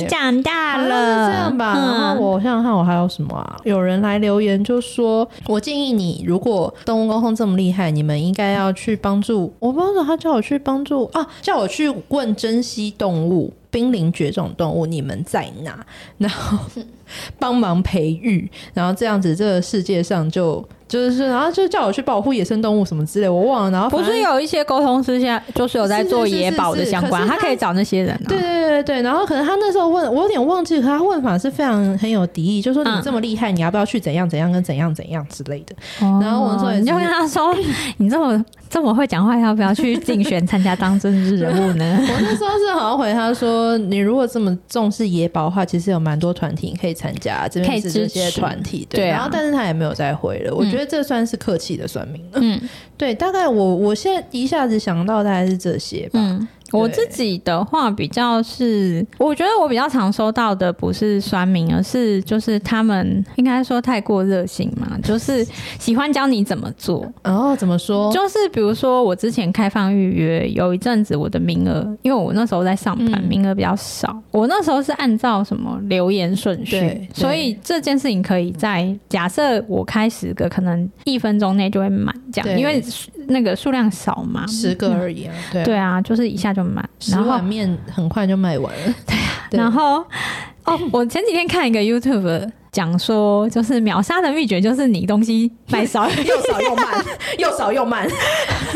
Speaker 2: [LAUGHS] 你长大
Speaker 1: 好像
Speaker 2: 了，嗯
Speaker 1: 是这样吧。然后我想想看，我还有什么啊？有人来留言就说，我建议你，如果动物沟通这么厉害，你们应该要去帮助。我不知道他叫我去帮助啊，叫我去问珍稀动物、濒临绝种动物，你们在哪？然后帮忙培育，然后这样子，这个世界上就。就是，然后就叫我去保护野生动物什么之类，我忘了。然后
Speaker 2: 不
Speaker 1: 哦反正
Speaker 2: 是有一些沟通师现在就是有在做
Speaker 1: 是是是
Speaker 2: 野保的
Speaker 1: 是是
Speaker 2: 相关，
Speaker 1: 可是
Speaker 2: 他可以找那些人、啊。
Speaker 1: 对对对对对，然后可能他那时候问我有点忘记，可他问法是非常很有敌意，就说你
Speaker 2: 嗯
Speaker 1: 这么厉害，你要不要去怎样怎样跟怎样怎样之类
Speaker 2: [LAUGHS]
Speaker 1: 的。
Speaker 2: 哦
Speaker 1: 然后我说也是
Speaker 2: 你就跟他说，你这么这么会讲话，要不要去竞选参加当政治人物
Speaker 1: [LAUGHS]
Speaker 2: 呢？
Speaker 1: 我那时候是好像回他说，你如果这么重视野保的话，其实有蛮多团体你可以参加，这
Speaker 2: 可
Speaker 1: 边
Speaker 2: 以
Speaker 1: 是
Speaker 2: 支
Speaker 1: 这些
Speaker 2: 持
Speaker 1: 团体
Speaker 2: 对啊
Speaker 1: 然后但是他也没有再回了，我
Speaker 2: 嗯
Speaker 1: 觉得这算是客气的算命了。
Speaker 2: 嗯
Speaker 1: 对，大概我我现在一下子想到大概是这些吧。
Speaker 2: 嗯，我自己的话比较是，我觉得我比较常收到的不是酸民，而是就是他们应该说太过热心嘛，就是喜欢教你怎么做。
Speaker 1: 哦，怎么说？
Speaker 2: 就是比如说，我之前开放预约有一阵子，我的名额，因为我那时候在上班，
Speaker 1: 嗯
Speaker 2: 名额比较少。我那时候是按照什么留言顺序
Speaker 1: 对，对
Speaker 2: 所以这件事情可以在假设我开十个，可能一分钟内就会满，这样，
Speaker 1: 对
Speaker 2: 因为那个数量少嘛，
Speaker 1: 十个而已啊，对
Speaker 2: 嗯
Speaker 1: 啊，
Speaker 2: 对啊，就是一下就满，
Speaker 1: 十
Speaker 2: 然后
Speaker 1: 碗面很快就卖完了。对
Speaker 2: 然后哦，我前几天看一个 YouTube 讲说，就是秒杀的秘诀就是你东西卖
Speaker 1: [LAUGHS]
Speaker 2: 少。 [LAUGHS] 对
Speaker 1: 又少又慢，又少又 [LAUGHS] 慢。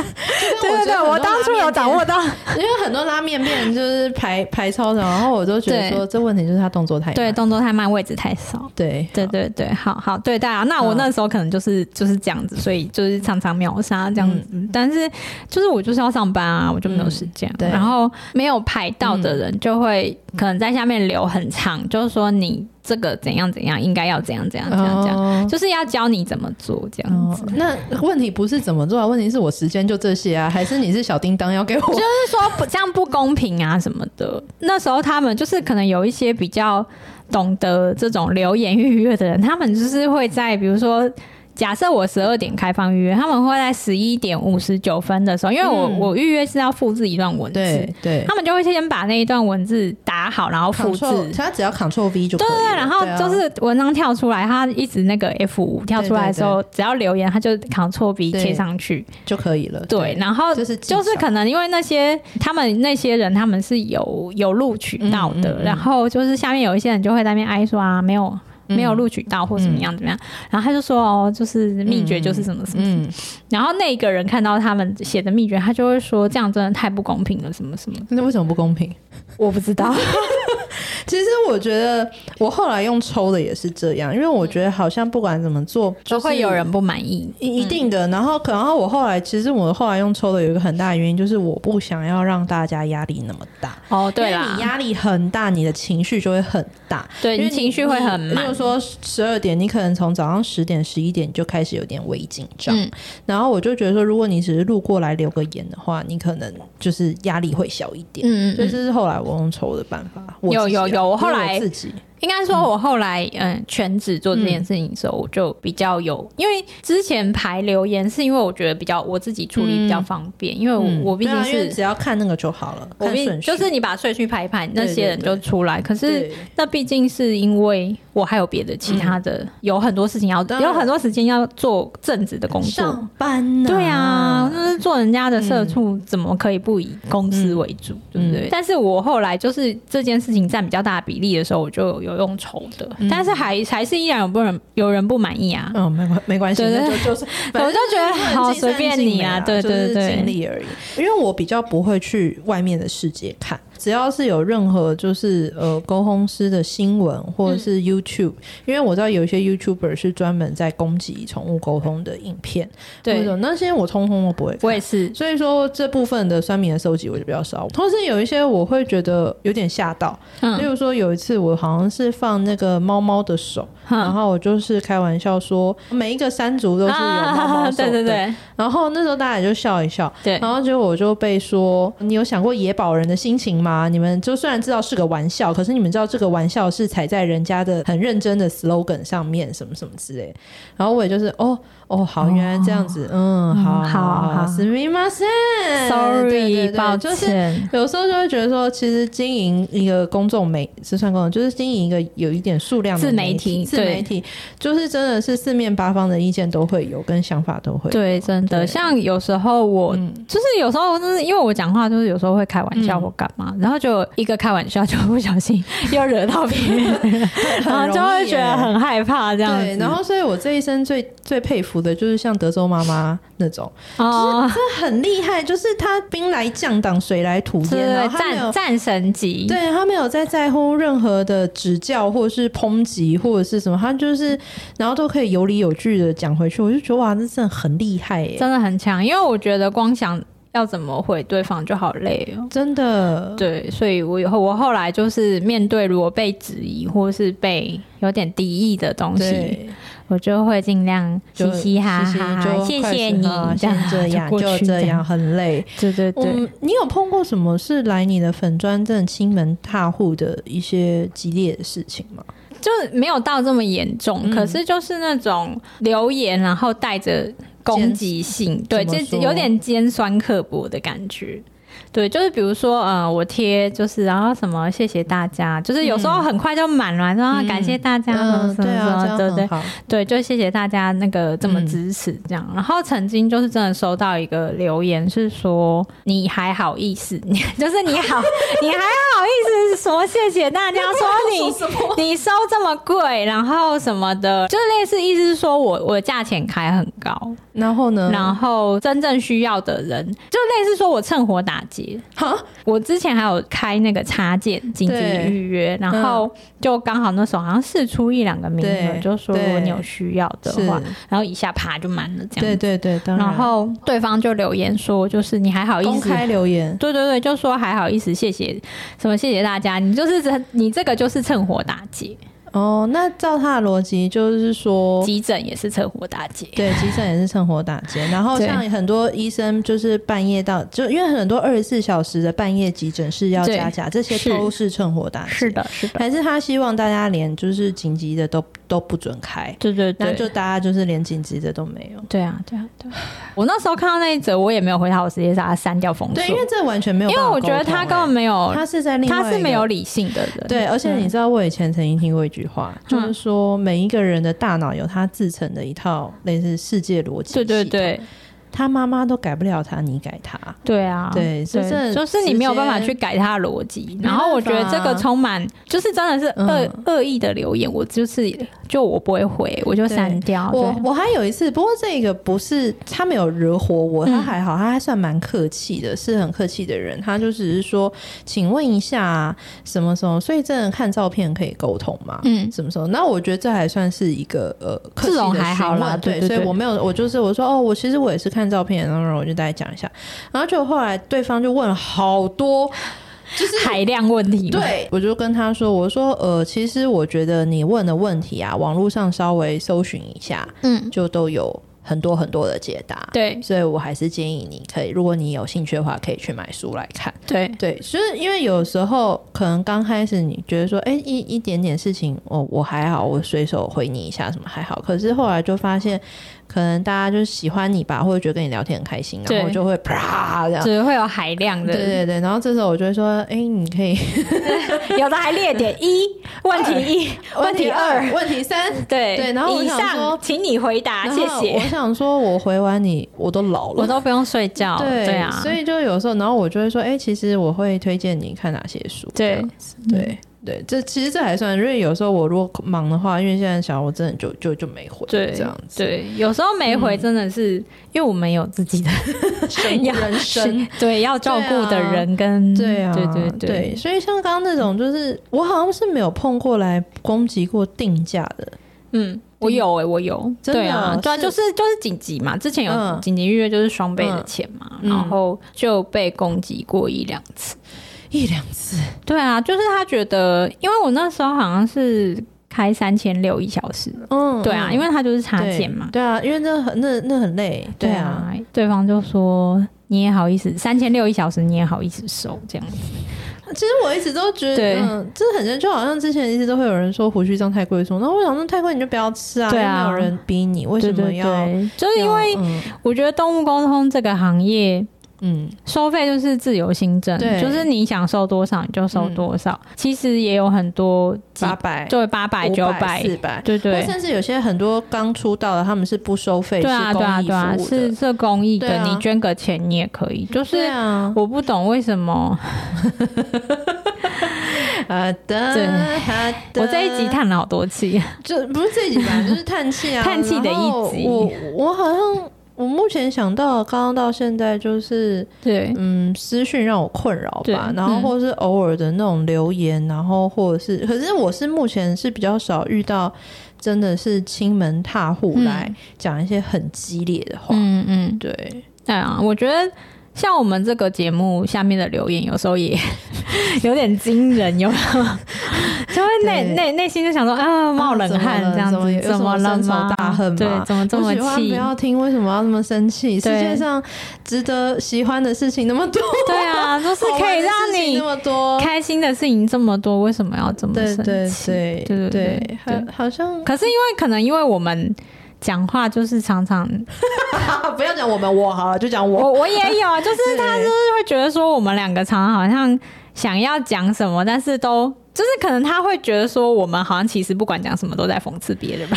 Speaker 2: 对对，我当初有掌握，到，
Speaker 1: 因为很多拉面店就是排排超长，然后我都觉得
Speaker 2: 对
Speaker 1: 说这问题就是他动作太慢
Speaker 2: 对，动作太慢，位置太少。
Speaker 1: 对
Speaker 2: 对对对，好好对大家，那我
Speaker 1: 嗯
Speaker 2: 那时候可能就是就是这样子，所以就是常常秒杀这样子。但是就是我就是要上班啊，我就没有时间。
Speaker 1: 嗯对
Speaker 2: 然后没有排到的人就会可能在下面留很长，
Speaker 1: 嗯
Speaker 2: 就是说你这个怎样怎样，应该要怎样怎样怎样怎样，
Speaker 1: 哦
Speaker 2: 就是要教你怎么做这样
Speaker 1: 哦
Speaker 2: 子。，
Speaker 1: 那问题不是怎么做啊，问题是我时间就这些啊，还是你是小叮当要给
Speaker 2: [LAUGHS]
Speaker 1: 我
Speaker 2: 就？是说不这样不公平啊什么的。那时候他们就是可能有一些比较懂得这种留言预约的人，他们就是会在比如说。假设我十二点开放预约，他们会在十一点五十九分的时候，因为我、
Speaker 1: 嗯
Speaker 2: 我预约是要复制一段文字，
Speaker 1: 对对
Speaker 2: 他们就会先把那一段文字打好，然后复制，
Speaker 1: ，Ctrl 他只要 Ctrl V 就可
Speaker 2: 对
Speaker 1: 以了。
Speaker 2: 对，对然后
Speaker 1: 对啊
Speaker 2: 就是文章跳出来，它一直那个 F 五跳出来的时候，只要留言，它就 Ctrl B
Speaker 1: 对
Speaker 2: 贴上去，
Speaker 1: 就可以了。
Speaker 2: 对，然后
Speaker 1: 这是技
Speaker 2: 就是
Speaker 1: 巧
Speaker 2: 可能因为那些他们那些人他们是有有录取到的，
Speaker 1: 嗯嗯嗯
Speaker 2: 然后就是下面有一些人就会在那边哀说啊没有
Speaker 1: 嗯
Speaker 2: 没有录取到或怎么样怎么样，然后他就说哦就是秘诀就是什么什么，
Speaker 1: 嗯，
Speaker 2: 然后那个人看到他们写的秘诀，他就会说这样真的太不公平了什么什么，
Speaker 1: 那为什么不公平？
Speaker 2: [LAUGHS] 我不知道，
Speaker 1: [LAUGHS] 其实我觉得我后来用抽的也是这样，因为我觉得好像不管怎么做，
Speaker 2: 就
Speaker 1: 就
Speaker 2: 嗯会
Speaker 1: 是
Speaker 2: 有人不嗯满意，
Speaker 1: 一一定的。然后可能我后来其实我后来用抽的有一个很大的原因，就是我不想要让大家压力那么大。
Speaker 2: 哦对
Speaker 1: 因为你
Speaker 2: 啦，
Speaker 1: 压力很大，你的情绪就会很大，
Speaker 2: 对
Speaker 1: 因为
Speaker 2: 你情绪会很
Speaker 1: 比
Speaker 2: 满
Speaker 1: 如，说十二点，你可能从早上十点、十一点就开始有点微紧张，
Speaker 2: 嗯
Speaker 1: 然后我就觉得说，如果你只是路过来留个言的话，你可能就是压力会小一点。
Speaker 2: 嗯嗯
Speaker 1: 所以
Speaker 2: 嗯
Speaker 1: 这是后来我用抽的办法，我
Speaker 2: 有
Speaker 1: 自己
Speaker 2: 有
Speaker 1: 啊
Speaker 2: 有我后
Speaker 1: 因为
Speaker 2: 来
Speaker 1: 自己
Speaker 2: 应该说，我后来嗯全职做这件事情的时候，我就比较有，因为之前排留言是因为我觉得比较我自己处理比较方便，因为我、
Speaker 1: 嗯
Speaker 2: 我毕
Speaker 1: 对
Speaker 2: 竟
Speaker 1: 啊因为
Speaker 2: 是。
Speaker 1: 只要看那个就好了，
Speaker 2: 我
Speaker 1: 看
Speaker 2: 毕
Speaker 1: 顺序
Speaker 2: 就是你把顺序排一排，那些人
Speaker 1: 对对
Speaker 2: 就出来。可是
Speaker 1: 对
Speaker 2: 那毕竟是因为我还有别的其他的，有很多事情要，
Speaker 1: 嗯当然
Speaker 2: 有很多时间要做正职的工作。
Speaker 1: 上班呢、
Speaker 2: 对啊，嗯就是做人家的社畜，怎么可以不以公司为主，对不对？但是我后来就是这件事情占比较大比例的时候，我就有用筹的，但是还还是依然有不人有人不满意啊。
Speaker 1: 嗯，没关没关系，
Speaker 2: 对对
Speaker 1: 那
Speaker 2: [LAUGHS]
Speaker 1: 就就是，
Speaker 2: 对我就觉得
Speaker 1: 反正
Speaker 2: 好
Speaker 1: 尽善
Speaker 2: 随便你啊
Speaker 1: 尽美
Speaker 2: 对
Speaker 1: 就是
Speaker 2: 对对
Speaker 1: 尽力而已。因为我比较不会去外面的世界看，只要是有任何就是呃沟通师的新闻或者
Speaker 2: 嗯
Speaker 1: 是 YouTube，、因为我知道有一些 YouTuber 是专门在攻击宠物沟通的影片，或
Speaker 2: 对
Speaker 1: 者，那些我通通都不会看
Speaker 2: 我也是，
Speaker 1: 所以说这部分的酸民的收集我就比较少，同时有一些我会觉得有点吓到，例
Speaker 2: 嗯
Speaker 1: 如说有一次我好像是放那个猫猫的手，然
Speaker 2: 哼，
Speaker 1: 后我就是开玩笑说，每一个山族都是有猫猫
Speaker 2: [LAUGHS] 啊
Speaker 1: 手的、哦
Speaker 2: 对对对
Speaker 1: 然后那时候大家也就笑一笑，
Speaker 2: 对
Speaker 1: 然后结果我就被说，你有想过野保人的心情吗？你们就虽然知道是个玩笑，可是你们知道这个玩笑是踩在人家的很认真的 slogan 上面，什么什么之类。然后我也就是，哦哦，好，原来这样子，嗯，好
Speaker 2: 嗯好
Speaker 1: 好
Speaker 2: 好
Speaker 1: すみません对对
Speaker 2: ，sorry，
Speaker 1: 对
Speaker 2: 抱
Speaker 1: 就是
Speaker 2: 歉，
Speaker 1: 有时候就会觉得说，其实经营一个公众媒是算公众，就是经营一个有一点数量的
Speaker 2: 自媒
Speaker 1: 媒
Speaker 2: 体
Speaker 1: 自媒体就是真的是四面八方的意见都会有，跟想法都会有。
Speaker 2: 对，真的，
Speaker 1: 对
Speaker 2: 像有时候我
Speaker 1: 嗯，
Speaker 2: 就是有时候，就是因为我讲话，就是有时候会开玩笑
Speaker 1: 嗯
Speaker 2: 或干嘛，然后就一个开玩笑就不小心又惹到别人， [LAUGHS]
Speaker 1: [LAUGHS]
Speaker 2: 然啊后就会觉得很害怕这样
Speaker 1: 对
Speaker 2: 子。。
Speaker 1: 然后，所以我这一生最最佩服的就是像德州妈妈那种，
Speaker 2: 哦，
Speaker 1: 她很厉害，就是她兵来将挡，水来土
Speaker 2: 对
Speaker 1: 掩，
Speaker 2: 对对，
Speaker 1: 然后她没有
Speaker 2: 战战神级，
Speaker 1: 对他没有在在乎任何的指教或是抨击或者是什么，他就是然后都可以有理有据的讲回去，我就觉得哇，这真的很厉害耶！
Speaker 2: 真的很强。因为我觉得光想要怎么回对方就好累哦。
Speaker 1: 真的，
Speaker 2: 对，所以我以后我后来就是面对如果被质疑或是被有点敌意的东西，
Speaker 1: 对，
Speaker 2: 我就会尽量嘻
Speaker 1: 就
Speaker 2: 嘻哈
Speaker 1: 嘻
Speaker 2: 哈，
Speaker 1: 就
Speaker 2: 谢
Speaker 1: 快
Speaker 2: 谢
Speaker 1: 点
Speaker 2: 你
Speaker 1: 啊，先这样，
Speaker 2: 过
Speaker 1: 就
Speaker 2: 去
Speaker 1: 这样，，很累。
Speaker 2: 对对对。
Speaker 1: 嗯，你有碰过什么是来你的粉砖真的亲门踏户的一些激烈的事情吗？
Speaker 2: 就是没有到这么严重，
Speaker 1: 嗯
Speaker 2: 可是就是那种留言，然后带着攻击性，对，
Speaker 1: 怎
Speaker 2: 这
Speaker 1: 么说
Speaker 2: 有点尖酸刻薄的感觉。对，就是比如说，呃，我贴就是，然后什么，谢谢大家，就是有时候很快就满了，然后
Speaker 1: 嗯
Speaker 2: 感谢大家，
Speaker 1: 嗯，
Speaker 2: 什么
Speaker 1: 对
Speaker 2: 什么
Speaker 1: 啊，
Speaker 2: 什么，
Speaker 1: 这
Speaker 2: 对
Speaker 1: 样
Speaker 2: 对
Speaker 1: 很好。
Speaker 2: 对，就谢谢大家那个这么
Speaker 1: 嗯
Speaker 2: 支持这样。然后曾经就是真的收到一个留言是说，你还好意思， [LAUGHS] 就是你
Speaker 1: [LAUGHS]
Speaker 2: 好，你还好意思说谢谢大家，说
Speaker 1: [LAUGHS]
Speaker 2: 你
Speaker 1: 什么？
Speaker 2: 你收这么贵，然后什么的，就类似意思是说我我价钱开很高，
Speaker 1: 然后呢？
Speaker 2: 然后真正需要的人，就类似说我趁火打劫。
Speaker 1: 哈，
Speaker 2: 我之前还有开那个插件紧急
Speaker 1: 对
Speaker 2: 预约，然后就刚好那时候好像试出一两个名额，
Speaker 1: 对
Speaker 2: 就说
Speaker 1: 对
Speaker 2: 你有需要的
Speaker 1: 是，
Speaker 2: 话，然后一下啪就满了这
Speaker 1: 对
Speaker 2: 样。
Speaker 1: 对对，当然。
Speaker 2: 然后对方就留言说，就是你还好意
Speaker 1: 公
Speaker 2: 思
Speaker 1: 开留言，
Speaker 2: 对对对，就说还好意思，谢谢什么谢谢大家，你就是这你这个就是趁火打劫，
Speaker 1: 哦，那照他的逻辑就是说，
Speaker 2: 急诊也是趁火打劫。
Speaker 1: 哦对，急诊也是趁火打
Speaker 2: [LAUGHS]
Speaker 1: 劫。然后
Speaker 2: 对
Speaker 1: 像很多医生就是半夜到，就因为很多二十四小时的半夜急诊室要
Speaker 2: 对
Speaker 1: 加价，这些
Speaker 2: 是
Speaker 1: 都是趁火打劫。
Speaker 2: 是，的，是的，
Speaker 1: 还是他希望大家连就是紧急的都都不准开，
Speaker 2: 对对
Speaker 1: 那
Speaker 2: 对，
Speaker 1: 就大家就是连紧急的都没有。
Speaker 2: 对啊，对啊，对啊。我那时候看到那一则，我也没有回他，我直接把他删掉封锁，
Speaker 1: 对，因为这完全没有
Speaker 2: 因
Speaker 1: 办
Speaker 2: 为
Speaker 1: 法
Speaker 2: 我
Speaker 1: 沟
Speaker 2: 觉
Speaker 1: 通欸，
Speaker 2: 得他根本没有，
Speaker 1: 他是在另外
Speaker 2: 他是
Speaker 1: 一
Speaker 2: 没
Speaker 1: 个
Speaker 2: 有理性的人，
Speaker 1: 对，而嗯且
Speaker 2: 嗯
Speaker 1: 你知道，我以前曾经听过一句话，就是说每一个人的大脑有他自成的一套类似世界逻辑。
Speaker 2: 对对，对
Speaker 1: 他妈妈都改不了他，你改他。
Speaker 2: 对啊，
Speaker 1: 对就
Speaker 2: 对，
Speaker 1: 是
Speaker 2: 就是你没有办法去改他的逻辑。然后我觉得这个充满就是真的
Speaker 1: 嗯
Speaker 2: 是恶恶意的留言，我就是就我不会回，我就删掉。
Speaker 1: 我
Speaker 2: 对
Speaker 1: 我还有一次，不过这个不是他没有惹火我，
Speaker 2: 嗯
Speaker 1: 他还好，他还算蛮客气的，是很客气的人。他就只是说，请问一下什么什么，所以真的看照片可以沟通吗？
Speaker 2: 嗯，
Speaker 1: 什么时候？那我觉得这还算是一个呃，客气
Speaker 2: 这种
Speaker 1: 的
Speaker 2: 还好
Speaker 1: 询
Speaker 2: 啦
Speaker 1: 问
Speaker 2: 对
Speaker 1: 对，
Speaker 2: 对
Speaker 1: 所以
Speaker 2: 对
Speaker 1: 我没有，我就是我说哦，我其实我也是看照片，然后然后我就大概讲一下，然后就后来对方就问了好多，就是
Speaker 2: 海量问题嘛，
Speaker 1: 对，我就跟他说，我说呃，其实我觉得你问的问题啊，网络上稍微搜寻一下，
Speaker 2: 嗯，
Speaker 1: 就都有很多很多的解答。
Speaker 2: 对
Speaker 1: 所以我还是建议你可以，如果你有兴趣的话，可以去买书来看。
Speaker 2: 对
Speaker 1: 对，就是因为有时候可能刚开始你觉得说，哎、一一点点事情，我、我还好，我随手回你一下什么还好，可是后来就发现，可能大家就是喜欢你吧，或者觉得跟你聊天很开心，然后
Speaker 2: 对
Speaker 1: 就会啪这样。
Speaker 2: 只会有海量
Speaker 1: 对
Speaker 2: 的，
Speaker 1: 对对，然后这时候我就会说，哎、你可以
Speaker 2: 有的还列点一问题
Speaker 1: [LAUGHS]
Speaker 2: 一，问题二，
Speaker 1: 问
Speaker 2: [LAUGHS]
Speaker 1: 题三，
Speaker 2: 对
Speaker 1: 对然后我
Speaker 2: 以
Speaker 1: 想说
Speaker 2: 上请你回答，
Speaker 1: 然
Speaker 2: 谢
Speaker 1: 后我
Speaker 2: 谢。
Speaker 1: 想说，我回完你，我都老了，
Speaker 2: 我都不用睡觉，
Speaker 1: 对
Speaker 2: 对啊，
Speaker 1: 所以就有时候，然后我就会说，哎、其实我会推荐你看哪些书，这
Speaker 2: 对嗯
Speaker 1: 样子对对，这其实这还算，因为有时候我如果忙的话，因为现在小孩我真的就就就没回，
Speaker 2: 对
Speaker 1: 这样子， [LAUGHS] 嗯
Speaker 2: 对，有时候没回真的是、因为我们有自己的
Speaker 1: 生
Speaker 2: 要
Speaker 1: 人生。
Speaker 2: 对要照顾的人跟
Speaker 1: 对啊，
Speaker 2: [LAUGHS] 对对
Speaker 1: 对所以像刚刚那种，就是我好像是没有碰过来攻击过定价的，
Speaker 2: 嗯，我有哎、我有，
Speaker 1: 真的
Speaker 2: 对啊，
Speaker 1: 是
Speaker 2: 对啊，就是就是紧急嘛，之前有
Speaker 1: 嗯
Speaker 2: 紧急预约就是双倍的钱嘛，
Speaker 1: 嗯
Speaker 2: 然后就被攻击过一两次。
Speaker 1: 一两次，
Speaker 2: 对啊，就是他觉得，因为我那时候好像是开三千六一小时，
Speaker 1: 嗯，
Speaker 2: 对啊，因
Speaker 1: 为
Speaker 2: 为他就是插件嘛，
Speaker 1: 对啊，因为那很那那很累，对啊，，
Speaker 2: 对方就说你也好意思，三千六一小时你也好意思收这样子，
Speaker 1: 其实我一直都觉得，
Speaker 2: 对
Speaker 1: 嗯，这很像，就好像之前一直都会有人说胡须章太贵，说那我想说太贵你就不要吃啊，
Speaker 2: 对啊
Speaker 1: 又没有人逼你，为什么
Speaker 2: 对对
Speaker 1: 要？
Speaker 2: 对，就是因为
Speaker 1: 要嗯
Speaker 2: 我觉得动物沟通这个行业
Speaker 1: 嗯
Speaker 2: 收费就是自由新政，
Speaker 1: 对嗯
Speaker 2: 就是你想收多少你就收多少。其实也有很多几
Speaker 1: 八百、
Speaker 2: 就八百九
Speaker 1: 百、四百，
Speaker 2: 对
Speaker 1: 或
Speaker 2: 对
Speaker 1: 甚至有些很多刚出道的，他们是不收费，
Speaker 2: 对啊
Speaker 1: 是
Speaker 2: 对啊
Speaker 1: 公益
Speaker 2: 对啊，
Speaker 1: 服务的
Speaker 2: 是是公益
Speaker 1: 对
Speaker 2: 的，
Speaker 1: 啊
Speaker 2: 你捐个钱你也可以。就是
Speaker 1: 对啊，
Speaker 2: 我不懂为什么
Speaker 1: 好的，好的，
Speaker 2: 我这一集叹了好多气，
Speaker 1: 就不是这一集吧，就是叹气
Speaker 2: [LAUGHS]
Speaker 1: 啊，
Speaker 2: 叹气的一
Speaker 1: 然后
Speaker 2: 集
Speaker 1: 我我好像我目前想到，刚刚到现在就是。
Speaker 2: [LAUGHS] 对
Speaker 1: 嗯，私讯让我困扰
Speaker 2: 对
Speaker 1: 吧，然后
Speaker 2: 嗯
Speaker 1: 或是偶尔的那种留言，然后或者是，可是我是目前是比较少遇到真的是亲门踏户
Speaker 2: 嗯
Speaker 1: 来讲一些很激烈的话，
Speaker 2: 嗯嗯，
Speaker 1: 对，
Speaker 2: 对啊，我觉得。像我们这个节目下面的留言，有时候也 [LAUGHS] 有点惊人，有没
Speaker 1: [LAUGHS]
Speaker 2: 有？就会内
Speaker 1: 对
Speaker 2: 内内心就想说啊，冒冷汗这样
Speaker 1: 怎么
Speaker 2: 子
Speaker 1: 了，
Speaker 2: 怎么了
Speaker 1: 有什么深
Speaker 2: 吗
Speaker 1: 仇？大恨吗
Speaker 2: 对，怎么这么
Speaker 1: 不喜欢
Speaker 2: 气
Speaker 1: 不？要听，为什么要那么生气？世
Speaker 2: 对
Speaker 1: 界上值得喜欢的事情那么多，
Speaker 2: 对
Speaker 1: [LAUGHS]
Speaker 2: 啊，都是
Speaker 1: 好玩的
Speaker 2: 可以让
Speaker 1: 事情
Speaker 2: 你
Speaker 1: 那么多。
Speaker 2: 开心的事情这么多，为什么要这么
Speaker 1: 对
Speaker 2: 生
Speaker 1: 对
Speaker 2: 气？
Speaker 1: 对
Speaker 2: 对对对
Speaker 1: 对，
Speaker 2: 对
Speaker 1: 好好像 [LAUGHS]
Speaker 2: 可是因为可能因为我们讲话就是常常，
Speaker 1: 不要讲我们我好了，就讲我。
Speaker 2: 我我也 [LAUGHS] 有啊，就是他就是会觉得说我们两个常常好像想要讲什么，但是都就是可能他会觉得说我们好像其实不管讲什么都在讽刺别 [LAUGHS] 人吧。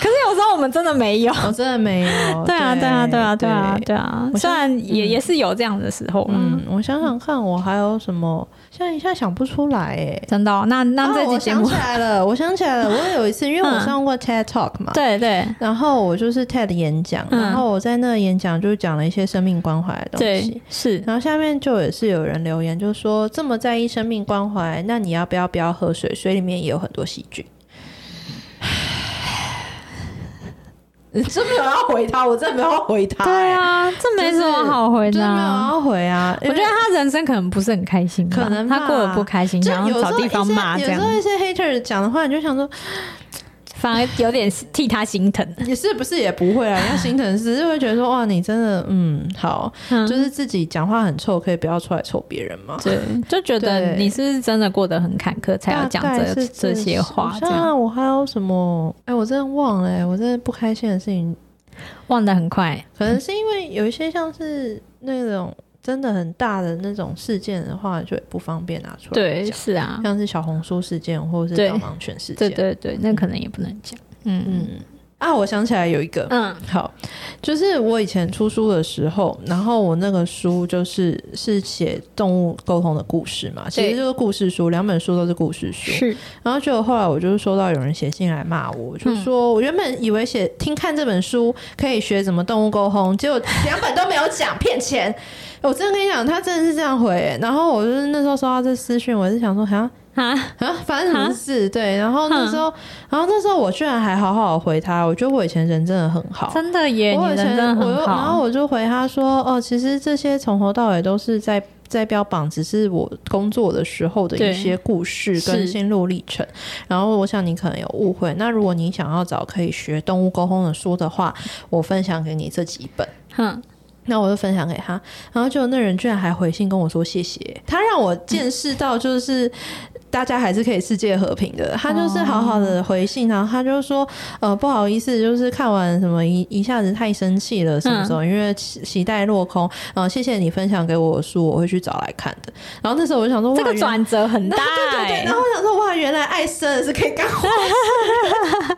Speaker 2: 可是有时候我们真的没有。
Speaker 1: 我哦真的没
Speaker 2: [LAUGHS]
Speaker 1: 有。
Speaker 2: 对啊，对啊，对啊，对啊，
Speaker 1: 对
Speaker 2: 对啊！
Speaker 1: 我
Speaker 2: 虽
Speaker 1: 相
Speaker 2: 然也也是有这样的时候啦，
Speaker 1: 嗯，我想想看，我还有什么？现在一下想不出来哎。
Speaker 2: 真的哦。那那这
Speaker 1: 哦
Speaker 2: 期
Speaker 1: 我
Speaker 2: 节
Speaker 1: 想
Speaker 2: 目
Speaker 1: 起，来了， [LAUGHS] 我想起来了，我有一次，因为我
Speaker 2: 嗯
Speaker 1: 上过 TED Talk 嘛，
Speaker 2: 对对
Speaker 1: 然后我就是 TED 演讲，
Speaker 2: 嗯
Speaker 1: 然后我在那个演讲就讲了一些生命关怀的东西
Speaker 2: 对。是，
Speaker 1: 然后下面就也是有人留言，就说这么在意生命关怀，那你要不要不要喝水？水里面也有很多细
Speaker 2: [LAUGHS]
Speaker 1: 菌。真没有要回他，我真的没有要回他
Speaker 2: 对，啊，这没
Speaker 1: 就
Speaker 2: 什么
Speaker 1: 是
Speaker 2: 好回
Speaker 1: 真
Speaker 2: 的
Speaker 1: 的没有
Speaker 2: 啊。
Speaker 1: 要回啊。
Speaker 2: 我觉得他人生可能不是很开心吧，
Speaker 1: 可能吧
Speaker 2: 他过得不开心，
Speaker 1: 就
Speaker 2: 想
Speaker 1: 有
Speaker 2: 要
Speaker 1: 时
Speaker 2: 找
Speaker 1: 候
Speaker 2: 地方
Speaker 1: 一些
Speaker 2: 骂这
Speaker 1: 有时
Speaker 2: 样，
Speaker 1: 候一些 hater 讲的话，你就想说，
Speaker 2: 反而有点替他心疼。
Speaker 1: 也是不是也不会啊，人家心疼，只是会觉得说，哇，你真的，嗯，好，
Speaker 2: 嗯
Speaker 1: 就是自己讲话很臭，可以不要出来臭别人吗？
Speaker 2: 对，就觉得
Speaker 1: 对
Speaker 2: 你是不是真的过得很坎坷，才要讲
Speaker 1: 大概
Speaker 2: 这
Speaker 1: 是
Speaker 2: 这些话，这
Speaker 1: 像
Speaker 2: 样
Speaker 1: 我还有什么？哎、我真的忘了、哎，我真的不开心的事情，
Speaker 2: 忘得很快。
Speaker 1: 可能是因为有一些像是那种真的很大的那种事件的话，就不方便拿出来
Speaker 2: 对，
Speaker 1: 讲，
Speaker 2: 是啊，
Speaker 1: 像是小红书事件或者
Speaker 2: 对
Speaker 1: 是导盲犬事件。
Speaker 2: 对对对，那可能也不能讲。嗯
Speaker 1: 嗯啊，我想起来有一个，
Speaker 2: 嗯
Speaker 1: 好，就是我以前出书的时候，然后我那个书就是是写动物沟通的故事嘛，其
Speaker 2: 对
Speaker 1: 实就是故事书，两本书都是故事书。
Speaker 2: 是
Speaker 1: 然后结果后来我就是收到有人写信来骂我，就
Speaker 2: 嗯
Speaker 1: 说我原本以为写听看这本书可以学怎么动物沟通，结果两本都没有讲，
Speaker 2: [LAUGHS]
Speaker 1: 骗钱！我真的跟你讲，他真的是这样回、欸然后我就是那时候收到这私讯，我是想说，好像
Speaker 2: 啊，
Speaker 1: 啊，发生什么事？对，然后那时候，然后那时候我居然还好好地回他，我觉得我以前人真的很好。
Speaker 2: 真的耶，你
Speaker 1: 我以
Speaker 2: 人真
Speaker 1: 前
Speaker 2: 的
Speaker 1: 我又
Speaker 2: 很
Speaker 1: 然后
Speaker 2: 好。
Speaker 1: 我就回他说，哦，其实这些从头到尾都是在在标榜，只是我工作的时候的
Speaker 2: 对
Speaker 1: 一些故事
Speaker 2: 是
Speaker 1: 跟心路历程。然后我想你可能有误会，那如果你想要找可以学动物沟通的书的话，我分享给你这几本。
Speaker 2: 哼，
Speaker 1: 那我就分享给他，然后就那人居然还回信跟我说谢谢，他让我见识到就是。大家还是可以世界和平的。他就是好好的回信，然后他就说，呃，不好意思，就是看完什么一一下子太生气了，什么
Speaker 2: 嗯
Speaker 1: 时候、因为期期待落空，然后谢谢你分享给我的书，我会去找来看的。然后那时候我就想说，
Speaker 2: 这
Speaker 1: 哇
Speaker 2: 个
Speaker 1: 原来
Speaker 2: 转折很大
Speaker 1: [LAUGHS] 对对对，
Speaker 2: 哎
Speaker 1: 然。后我想说，哇，原来爱生的是可以干活的。 [LAUGHS] 我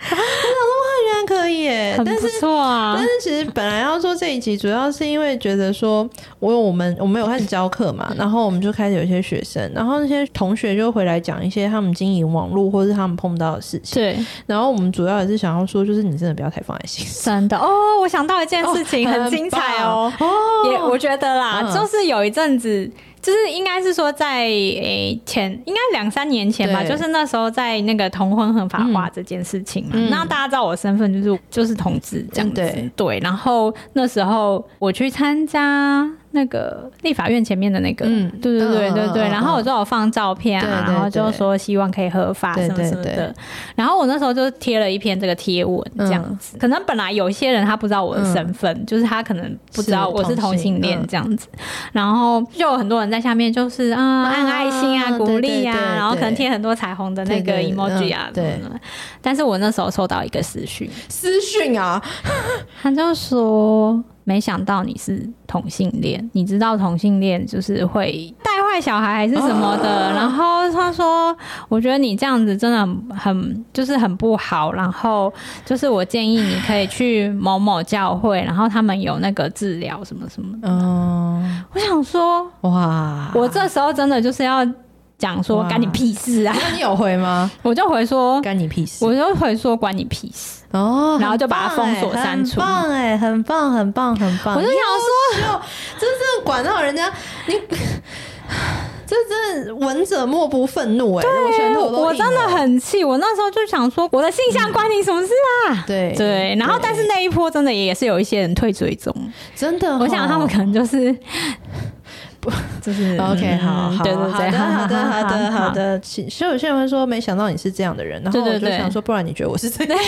Speaker 1: 想说，哇，原来可以耶！
Speaker 2: 很
Speaker 1: 但
Speaker 2: 不
Speaker 1: 是
Speaker 2: 错啊
Speaker 1: 但是，其实本来要做这一集，主要是因为觉得说，我我们我们有开始教课
Speaker 2: 嗯
Speaker 1: 嘛，然后我们就开始有一些学生，然后那些同学就回来讲一些他们经营网络或是他们碰到的事情。
Speaker 2: 对，
Speaker 1: 然后我们主要也是想要说，就是你真的不要太放在心上。
Speaker 2: 真的哦，我想到一件事情，[LAUGHS]
Speaker 1: 哦
Speaker 2: 很精彩哦，
Speaker 1: 很棒哦
Speaker 2: 也我觉得啦，
Speaker 1: 嗯
Speaker 2: 就是有一阵子，就是应该是说在诶、前，应该两三年前吧，
Speaker 1: 对
Speaker 2: 就是那时候在那个同婚合法化这件事情嘛，
Speaker 1: 嗯
Speaker 2: 那大家知道我身份就是就是同志这样子，
Speaker 1: 对
Speaker 2: 对。然后那时候我去参加那个立法院前面的那个，
Speaker 1: 嗯
Speaker 2: 对对对
Speaker 1: 嗯嗯
Speaker 2: 对对，
Speaker 1: 嗯嗯
Speaker 2: 然后我就有放照片啊，
Speaker 1: 对对
Speaker 2: 然后就
Speaker 1: 对
Speaker 2: 说希望可以合法
Speaker 1: 对
Speaker 2: 什么
Speaker 1: 对
Speaker 2: 什么的，
Speaker 1: 对嗯
Speaker 2: 然后我那时候就贴了一篇这个贴文，这样子、可能本来有一些人他不知道我的身份，就是他可能不知道我是同性
Speaker 1: 嗯
Speaker 2: 恋这样子，然后就有很多人在下面就是啊、按爱心啊、
Speaker 1: 对
Speaker 2: 鼓励啊，
Speaker 1: 对对对
Speaker 2: 然后可能贴很多彩虹的那个
Speaker 1: 对对
Speaker 2: emoji 啊
Speaker 1: 嗯
Speaker 2: 什么的。但是我那时候收到一个私讯，
Speaker 1: 私讯啊，
Speaker 2: 他就说。没想到你是同性恋，你知道同性恋就是会带坏小孩还是什么
Speaker 1: 哦
Speaker 2: 的。然后他说，我觉得你这样子真的很很就是很不好。然后就是我建议你可以去某某教会，然后他们有那个治疗什么什么的。
Speaker 1: 嗯，
Speaker 2: 我想说，
Speaker 1: 哇，
Speaker 2: 我这时候真的就是要讲说，
Speaker 1: 啊哇
Speaker 2: 干你屁事啊！ [LAUGHS]
Speaker 1: 那你有回吗？
Speaker 2: 我就回说，
Speaker 1: 干你屁事！
Speaker 2: 我就回说关你屁事。
Speaker 1: 哦，
Speaker 2: 然后就把它
Speaker 1: 很棒
Speaker 2: 封锁
Speaker 1: 欸
Speaker 2: 删除
Speaker 1: 很棒哎、很棒，很啊棒，很棒！
Speaker 2: 我就想说，
Speaker 1: 就真正管到人家，你这真的闻者莫不愤怒哎、我拳头都硬了
Speaker 2: 我真的很气，我那时候就想说，我的性向关你什么事啊？
Speaker 1: 对
Speaker 2: 对，然后但是那一波真的也是有一些人退追踪，
Speaker 1: 真的哦，哦
Speaker 2: 我想他们可能就是不就是
Speaker 1: OK
Speaker 2: 嗯
Speaker 1: 好好
Speaker 2: 对对
Speaker 1: 好
Speaker 2: 对， [LAUGHS]
Speaker 1: 的好的好的好
Speaker 2: 的。
Speaker 1: 的，其所以有些人会说没想到你是这样的人，然后
Speaker 2: 对
Speaker 1: 我
Speaker 2: 对
Speaker 1: 就
Speaker 2: 对
Speaker 1: 想说，不然你觉得我是
Speaker 2: [LAUGHS]
Speaker 1: 这样？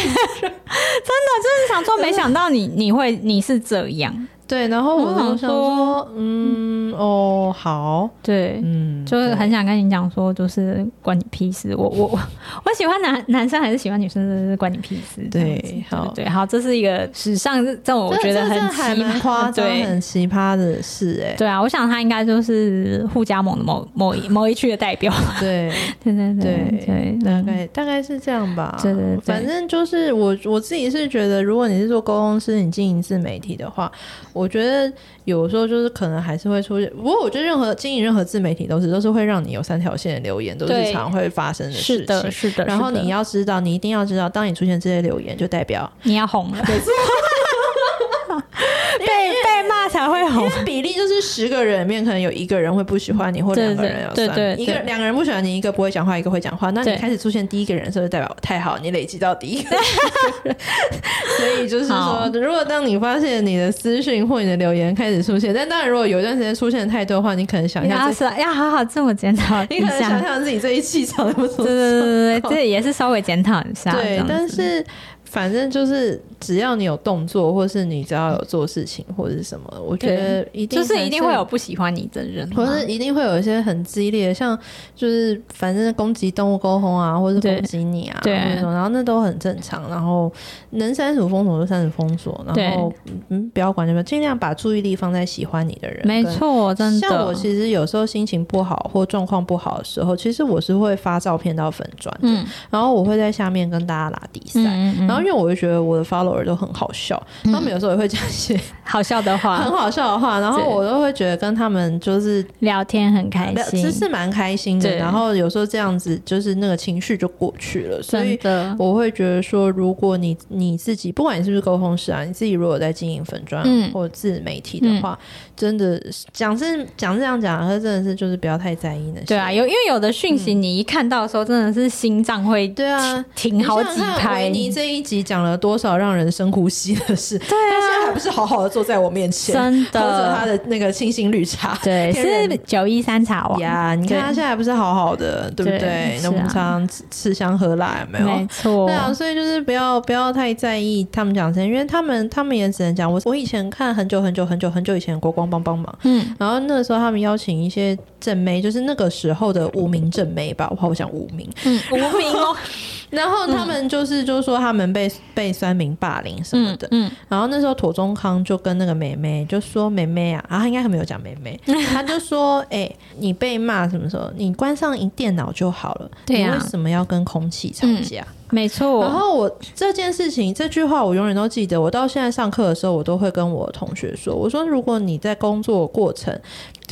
Speaker 2: 就是想说，没想到你你会你是这样，
Speaker 1: 对，然后我
Speaker 2: 我
Speaker 1: 就
Speaker 2: 想
Speaker 1: 想
Speaker 2: 说
Speaker 1: 说，嗯哦好，
Speaker 2: 对，
Speaker 1: 嗯，
Speaker 2: 就是很想跟你讲说，就是关你屁事。我我我我喜欢男 [LAUGHS] 男生还是喜欢女生，真的是关你屁事。
Speaker 1: 对
Speaker 2: 这样子
Speaker 1: 好
Speaker 2: 对对，好，这是一个史上这种我
Speaker 1: 这
Speaker 2: 觉得
Speaker 1: 这
Speaker 2: 很
Speaker 1: 这还
Speaker 2: 奇
Speaker 1: 蛮夸
Speaker 2: 葩，
Speaker 1: 张、
Speaker 2: 对
Speaker 1: 很奇葩的事哎、
Speaker 2: 对啊，我想他应该就是互加盟的某某一某一区的代表。
Speaker 1: 对
Speaker 2: 对对
Speaker 1: 对
Speaker 2: 对，
Speaker 1: 大
Speaker 2: 嗯
Speaker 1: 概、大概是这样吧。
Speaker 2: 对对对
Speaker 1: 反正就是我我自己是觉得，如果你是做沟通师，你经营自媒体的话，我觉得有时候就是可能还是会出现。不过我觉得任何经营任何自媒体都是都是会让你有三条线的留言，都是
Speaker 2: 对
Speaker 1: 常会发生的事
Speaker 2: 是
Speaker 1: 情。
Speaker 2: 的，是的。
Speaker 1: 然后
Speaker 2: 是的
Speaker 1: 你要知道，你一定要知道，当你出现这些留言，就代表
Speaker 2: 你要红了， [LAUGHS] 被被骂才
Speaker 1: [LAUGHS]
Speaker 2: 会红。
Speaker 1: 比例就是十个人里面可能有一个人会不喜欢你，或
Speaker 2: 对
Speaker 1: 两个
Speaker 2: 对
Speaker 1: 人有
Speaker 2: 对
Speaker 1: 三
Speaker 2: 对
Speaker 1: 一个
Speaker 2: 对
Speaker 1: 两个人不喜欢你，一个不会讲话，一个会讲话。那你
Speaker 2: 对
Speaker 1: 开始出现第一个人，是不是代表太好，你累积到第一
Speaker 2: [LAUGHS]
Speaker 1: 个人？所以就是说
Speaker 2: 好，
Speaker 1: 如果当你发现你的私讯或你的留言开始出现，但当然如果有一段时间出现太多的话，你可能想一下
Speaker 2: 要
Speaker 1: 自
Speaker 2: 是啊要好好自我检讨
Speaker 1: 己，
Speaker 2: 一
Speaker 1: 你可能想
Speaker 2: 下。
Speaker 1: 想自己这一气场有没有什
Speaker 2: 对
Speaker 1: 么
Speaker 2: 对对对
Speaker 1: 状
Speaker 2: 对，
Speaker 1: 况
Speaker 2: 这也是稍微检讨一下。这
Speaker 1: 对，
Speaker 2: 样
Speaker 1: 但
Speaker 2: 子
Speaker 1: 是反正就是只要你有动作，或是你只要有做事情或者是什么，我觉得一定
Speaker 2: 就是
Speaker 1: 还
Speaker 2: 一定会有不喜欢你的人嘛，
Speaker 1: 或是一定会有一些很激烈，像就是反正攻击动物沟通啊，或是
Speaker 2: 对
Speaker 1: 攻击你啊，
Speaker 2: 对
Speaker 1: 那种，然后那都很正常。然后能删除封锁就删除封锁，然后嗯不要管什么，尽量把注意力放在喜欢你的人。
Speaker 2: 没。错，真的。
Speaker 1: 像我其实有时候心情不好或状况不好的时候，其实我是会发照片到粉砖的，
Speaker 2: 嗯
Speaker 1: 然后我会在下面跟大家拉比赛。
Speaker 2: 嗯嗯，
Speaker 1: 然后因为我就觉得我的 follower 都很好笑，他们有时候也会讲一些
Speaker 2: 好笑的话
Speaker 1: [LAUGHS] 很，好笑的话，然后
Speaker 2: 对
Speaker 1: 我都会觉得跟他们就是
Speaker 2: 聊天很开
Speaker 1: 没有
Speaker 2: 心
Speaker 1: 其，实蛮开心的。
Speaker 2: 对
Speaker 1: 然后有时候这样子，就是那个情绪就过去了。所
Speaker 2: 真
Speaker 1: 以
Speaker 2: 的。
Speaker 1: 我会觉得说，如果你你自己，不管你是不是沟通师啊，你自己如果有在经营粉砖
Speaker 2: 嗯
Speaker 1: 或自媒体的话，真的是讲是讲是这样讲，可是真的是就是不要太在意那些。
Speaker 2: 对啊，有因为有的讯息你一看到的时候，真的是心脏会
Speaker 1: 对啊。
Speaker 2: 停好几拍。
Speaker 1: 你这一集讲了多少让人深呼吸的事？对啊，他现在还不是好好的坐在我面前，
Speaker 2: 真
Speaker 1: 喝着他
Speaker 2: 的，
Speaker 1: 的那个清新绿茶，
Speaker 2: 对，
Speaker 1: 天然
Speaker 2: 是九一三茶王，
Speaker 1: 呀你看他现在还不是好好的，对不
Speaker 2: 对
Speaker 1: 对？
Speaker 2: 是
Speaker 1: 那
Speaker 2: 啊
Speaker 1: 我们常常吃吃香喝辣，有没有？
Speaker 2: 没错
Speaker 1: 对，啊，所以就是不要不要太在意他们讲什么，因为他们他们也只能讲我我以前看很久很久很久很久以前的国光帮帮忙，
Speaker 2: 嗯，
Speaker 1: 然后那个时候他们邀请一些正妹，就是那个时候的无名正妹吧，我好想无名，
Speaker 2: 嗯，无名哦，
Speaker 1: 然后他们就是就说他们被被酸民霸凌什么
Speaker 2: 嗯
Speaker 1: 的，
Speaker 2: 嗯，
Speaker 1: 然后那时候妥中康就跟那个妹妹就说：“妹妹啊，啊，他应该还没有讲妹
Speaker 2: [LAUGHS]
Speaker 1: 妹，他就说：‘哎、你被骂什么时候？你关上一电脑就好了，
Speaker 2: 对啊嗯
Speaker 1: 你为什么要跟空气吵架？’
Speaker 2: 没
Speaker 1: 然
Speaker 2: 错，
Speaker 1: 后我这件事情这句话我永远都记得，我到现在上课的时候，我都会跟我同学说，我说如果你在工作过程。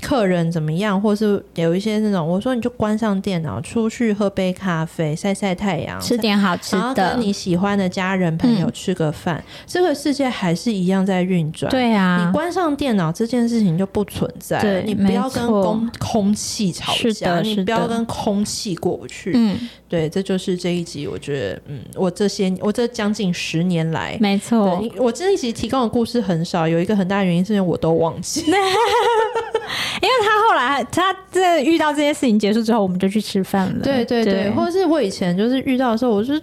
Speaker 1: 客人怎么样，或是有一些那种，我说你就关上电脑，出去喝杯咖啡，晒晒太阳，
Speaker 2: 吃点好吃
Speaker 1: 然后
Speaker 2: 的
Speaker 1: 跟，你喜欢的家人朋友吃个饭，这个世界还是一样在运转。、
Speaker 2: 对
Speaker 1: 你
Speaker 2: 啊，
Speaker 1: 关上电脑这件事情就不存在了
Speaker 2: 对
Speaker 1: 你不要
Speaker 2: 没
Speaker 1: 跟
Speaker 2: 错
Speaker 1: 空空气吵
Speaker 2: 是
Speaker 1: 架，
Speaker 2: 的
Speaker 1: 你
Speaker 2: 是
Speaker 1: 不要
Speaker 2: 的
Speaker 1: 跟空气过不去。
Speaker 2: 嗯，
Speaker 1: 对，这就是这一集，我觉得，嗯，我这些我这将近十年来。
Speaker 2: 没错，
Speaker 1: 对，我这一集提供的故事很少，有一个很大的原因是因为我都忘记。
Speaker 2: 因为他后来他这遇到这些事情结束之后，我们就去吃饭了。
Speaker 1: [LAUGHS] [LAUGHS] 对对对，或者是我以前就是遇到的时候，我就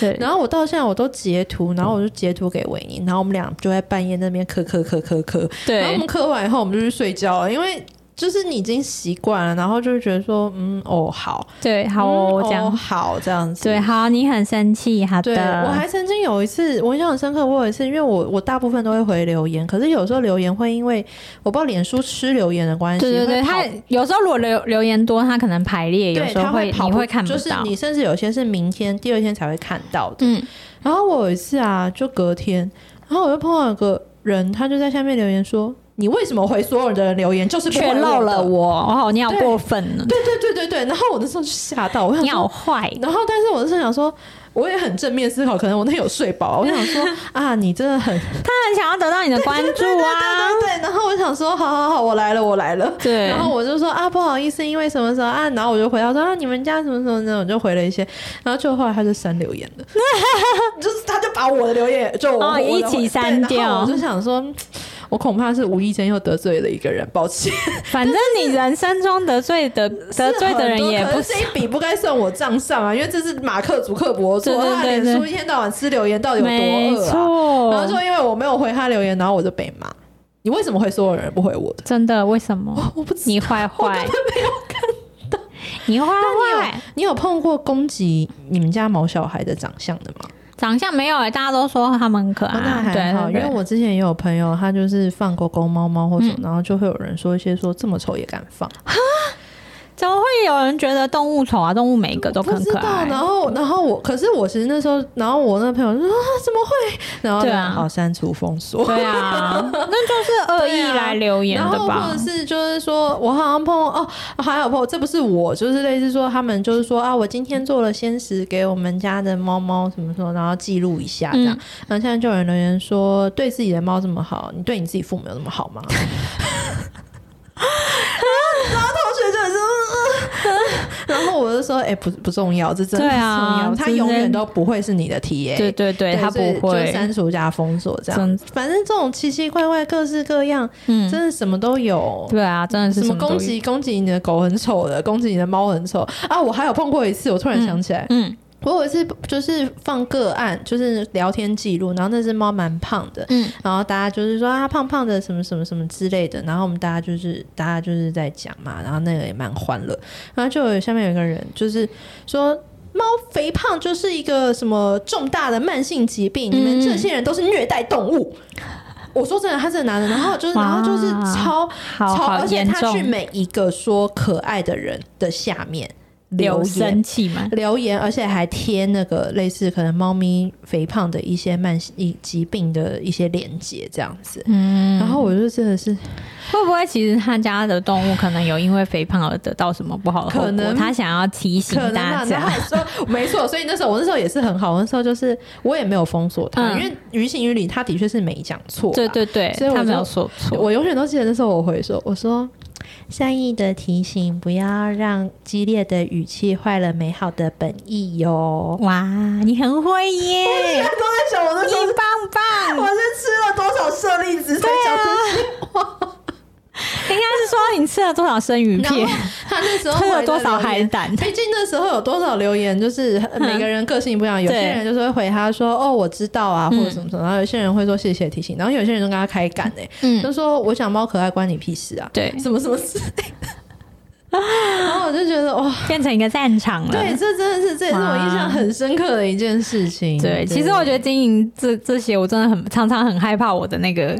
Speaker 2: 对，
Speaker 1: 然后我到现在我都截图，然后我就截图给维尼，然后我们俩就在半夜那边磕磕磕磕磕，然后我
Speaker 2: 对
Speaker 1: 们磕完以后我们就去睡觉了，因为就是你已经习惯了，然后就会觉得说，嗯，哦，好，
Speaker 2: 对，好哦，这
Speaker 1: 嗯哦
Speaker 2: 样
Speaker 1: 好这样子，
Speaker 2: 对，好，你很生气，好
Speaker 1: 对，我
Speaker 2: 的，
Speaker 1: 还曾经有一次，我印象很深刻。我有一次，因为我我大部分都会回留言，可是有时候留言会因为我不知道脸书吃留言的关系，
Speaker 2: 对对对，
Speaker 1: 会跑
Speaker 2: 他有时候如果留留言多，他可能排列，有
Speaker 1: 对
Speaker 2: 时候
Speaker 1: 它会跑
Speaker 2: 你
Speaker 1: 不
Speaker 2: 会看不
Speaker 1: 就是
Speaker 2: 到
Speaker 1: 你。甚至有些是明天第二天才会看到的。
Speaker 2: 嗯，
Speaker 1: 然后我有一次啊，就隔天，然后我就碰到有个人，他就在下面留言说：“你为什么回所有人的留言就是不回
Speaker 2: 却漏
Speaker 1: 我的
Speaker 2: 了我，哦，你好过分呢，
Speaker 1: 对对对对对，然后我那时候就吓到，我想
Speaker 2: 你
Speaker 1: 说
Speaker 2: 好坏，
Speaker 1: 然后，但是我是想说，我也很正面思考，可能我那天有睡饱，我想说啊，你真的很
Speaker 2: 他很想要得到你的关注
Speaker 1: 对
Speaker 2: 啊，
Speaker 1: 对对对。然后我想说，好好好，我来了，我来了。
Speaker 2: 对
Speaker 1: 然后我就说啊，不好意思，因为什么什么啊，然后我就回答说啊，你们家什么什么的，我就回了一些，然后就后来他就删留言了，就是他就把我的留言就我、
Speaker 2: 哦
Speaker 1: 我的
Speaker 2: 一起
Speaker 1: 对
Speaker 2: 删
Speaker 1: 然后
Speaker 2: 掉
Speaker 1: 我就想说，嗯我恐怕是无意间又得罪了一个人，抱歉，
Speaker 2: 反正你人生中得罪的得罪的人也不
Speaker 1: 是很多可能这一笔不该算我账上啊，因为这是马克·祖克伯做，
Speaker 2: 对对
Speaker 1: 他
Speaker 2: 对
Speaker 1: 脸
Speaker 2: 对
Speaker 1: 书一天到晚吃留言，到底有
Speaker 2: 没
Speaker 1: 多恶啊？然后
Speaker 2: 错，
Speaker 1: 就因为我没有回他留言，然后我就被骂。你为什么会所有人不回我的？
Speaker 2: 真的为什么？
Speaker 1: 哦我不知
Speaker 2: 你坏坏，你坏坏，
Speaker 1: 你有碰过攻击你们家毛小孩的长相的吗？
Speaker 2: 长相没有哎、大家都说他们很可
Speaker 1: 哦那
Speaker 2: 爱，
Speaker 1: 还好，
Speaker 2: 啊对，
Speaker 1: 因为
Speaker 2: 对
Speaker 1: 我之前也有朋友，他就是放狗狗、猫猫或什么，
Speaker 2: 嗯
Speaker 1: 然后就会有人说一些说这么丑也敢放，
Speaker 2: 怎么会有人觉得动物丑啊？动物每一个都
Speaker 1: 不
Speaker 2: 很
Speaker 1: 知
Speaker 2: 可
Speaker 1: 道。
Speaker 2: 爱
Speaker 1: 然。后，然后我，可是我其实那时候，然后我那个朋友就说啊，怎么会？然后
Speaker 2: 对啊
Speaker 1: 好删除封锁。
Speaker 2: 对啊，那就是恶意
Speaker 1: 对啊
Speaker 2: 来留言
Speaker 1: 然
Speaker 2: 的
Speaker 1: 后
Speaker 2: 吧
Speaker 1: 或者？是就是说，我好像碰哦，还有碰，这不是我，就是类似说他们就是说啊，我今天做了鲜食给我们家的猫猫什么什么，然后记录一下这
Speaker 2: 嗯
Speaker 1: 样。然后现在就有人留言说，对自己的猫这么好，你对你自 [LAUGHS] 己父母有那么好吗？然后同学就嗯说，嗯然后我就说，哎、不不重要，这真的
Speaker 2: 对
Speaker 1: 不重
Speaker 2: 啊
Speaker 1: 要，它
Speaker 2: 真的
Speaker 1: 永远都不会是你的 TA。
Speaker 2: 对对对，他
Speaker 1: 哎所
Speaker 2: 不
Speaker 1: 以就
Speaker 2: 会，
Speaker 1: 删除加封锁这样
Speaker 2: 真，
Speaker 1: 反正这种奇奇怪怪、各式各样，
Speaker 2: 嗯，
Speaker 1: 真的什么都有。
Speaker 2: 对啊，真的是
Speaker 1: 什么
Speaker 2: 都
Speaker 1: 攻击攻击你的狗很丑的，攻击你的猫很丑啊！我还有碰过一次，我突然想起来，
Speaker 2: 有，嗯
Speaker 1: 我有一次就是放个案，就是聊天记录，然后那只猫蛮胖的，
Speaker 2: 嗯，
Speaker 1: 然后大家就是说啊胖胖的什么什么什么之类的，然后我们大家就是大家就是在讲嘛，然后那个也蛮欢乐，然后就有下面有一个人就是说。猫肥胖就是一个什么重大的慢性疾病，你们
Speaker 2: 嗯
Speaker 1: 这些人都是虐待动物。我说真的，他真的拿着，然后就是，然后就是
Speaker 2: 哇
Speaker 1: 超
Speaker 2: 好
Speaker 1: 超，
Speaker 2: 好
Speaker 1: 而且
Speaker 2: 严
Speaker 1: 他
Speaker 2: 重
Speaker 1: 去，每一个说可爱的人的下面留
Speaker 2: 有
Speaker 1: 言。
Speaker 2: 生气嘛？
Speaker 1: 留言，而且还贴那个类似可能猫咪肥胖的一些慢性疾病的一些连接这样子，
Speaker 2: 嗯，
Speaker 1: 然后我就真的是
Speaker 2: 会不会其实他家的动物可能有因为肥胖而得到什么不好的后果
Speaker 1: 可能
Speaker 2: 他想要提醒
Speaker 1: 可能
Speaker 2: 大
Speaker 1: 吧，然
Speaker 2: 家
Speaker 1: 后，还说没错，所以那时候我那时候也是很好，我那时候就是我也没有封锁他，
Speaker 2: 嗯
Speaker 1: 因为于情于理他的确是没讲错，
Speaker 2: 对对对
Speaker 1: 所以，我
Speaker 2: 哎他没
Speaker 1: 就
Speaker 2: 有说错，
Speaker 1: 我永远都记得那时候我回说，我说善意的提醒，不要让激烈的语气坏了美好的本意哟。
Speaker 2: 哇，你很会耶，
Speaker 1: 都在想我那
Speaker 2: 你
Speaker 1: 时候，
Speaker 2: 棒棒，
Speaker 1: 我是吃了多少舍利子才讲出去。
Speaker 2: 应该是说你吃了多少生鱼
Speaker 1: 然后
Speaker 2: 片，
Speaker 1: 他那时
Speaker 2: [LAUGHS]
Speaker 1: 候
Speaker 2: 吃
Speaker 1: 回的
Speaker 2: 了多少
Speaker 1: 留
Speaker 2: 海
Speaker 1: 言
Speaker 2: 胆，
Speaker 1: [LAUGHS] 毕竟那时候有多少留言，就是每个人个性不一样，有些
Speaker 2: 对
Speaker 1: 人就是会回他说：“哦，我知道啊，或
Speaker 2: 嗯
Speaker 1: 者什么什么。”然后有些人会说：“谢谢提醒。”然后有些人就跟他开干哎、
Speaker 2: 嗯，
Speaker 1: 就说：“我想猫可爱，关你屁事啊！” [LAUGHS]
Speaker 2: 对，
Speaker 1: 什么什么事。然后我就觉得哇，
Speaker 2: 变成一个战场了。
Speaker 1: 对，这真的是这也是我印象
Speaker 2: 哇
Speaker 1: 很深刻的一件事情。
Speaker 2: 对，其实我觉得经营这这些，我真的很常常很害怕我的那个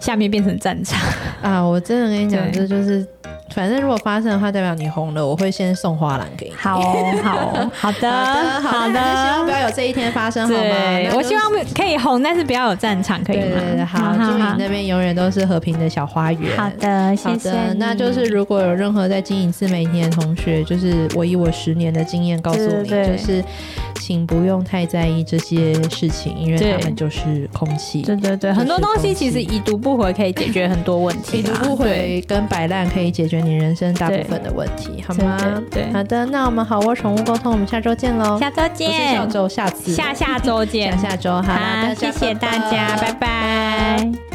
Speaker 2: 下面变成战场。
Speaker 1: 啊，我真的跟你讲，
Speaker 2: 对
Speaker 1: 这就是，反正如果发生的话，代表你红了，我会先送花篮给你。
Speaker 2: 好好 [LAUGHS] 好的
Speaker 1: 哦好
Speaker 2: 好
Speaker 1: 的，那希望不
Speaker 2: 的，
Speaker 1: 要有这一天发生，好吗？
Speaker 2: 对
Speaker 1: 那，就
Speaker 2: 我希望可以红，但是不要有战场，可以
Speaker 1: 对
Speaker 2: 吗
Speaker 1: 对对，？好，祝你那边永远都是和平的小花园。
Speaker 2: 好。的，
Speaker 1: 好
Speaker 2: 谢谢
Speaker 1: 的，
Speaker 2: 你。
Speaker 1: 那就是如果有任何在经营自媒体的同学，就是我以我十年的经验告诉你，
Speaker 2: 对对对
Speaker 1: 就是请不用太在意这些事情，因为
Speaker 2: 对
Speaker 1: 他们就是空气。
Speaker 2: 对对对，很多东西其实已读不回可以解决很多问题
Speaker 1: 已
Speaker 2: 啦。
Speaker 1: 读不
Speaker 2: 对，
Speaker 1: 回跟摆烂可以解决你人生大部分的问题，好吗？
Speaker 2: 对对对
Speaker 1: 好的，那我们好窝宠物沟通，我们下周见喽。
Speaker 2: 下周
Speaker 1: 不是下
Speaker 2: 见，
Speaker 1: 周，下次
Speaker 2: 下下周见
Speaker 1: 下，下周，好啦，
Speaker 2: 好，
Speaker 1: 大家
Speaker 2: 谢谢
Speaker 1: 拜拜
Speaker 2: 大家，拜拜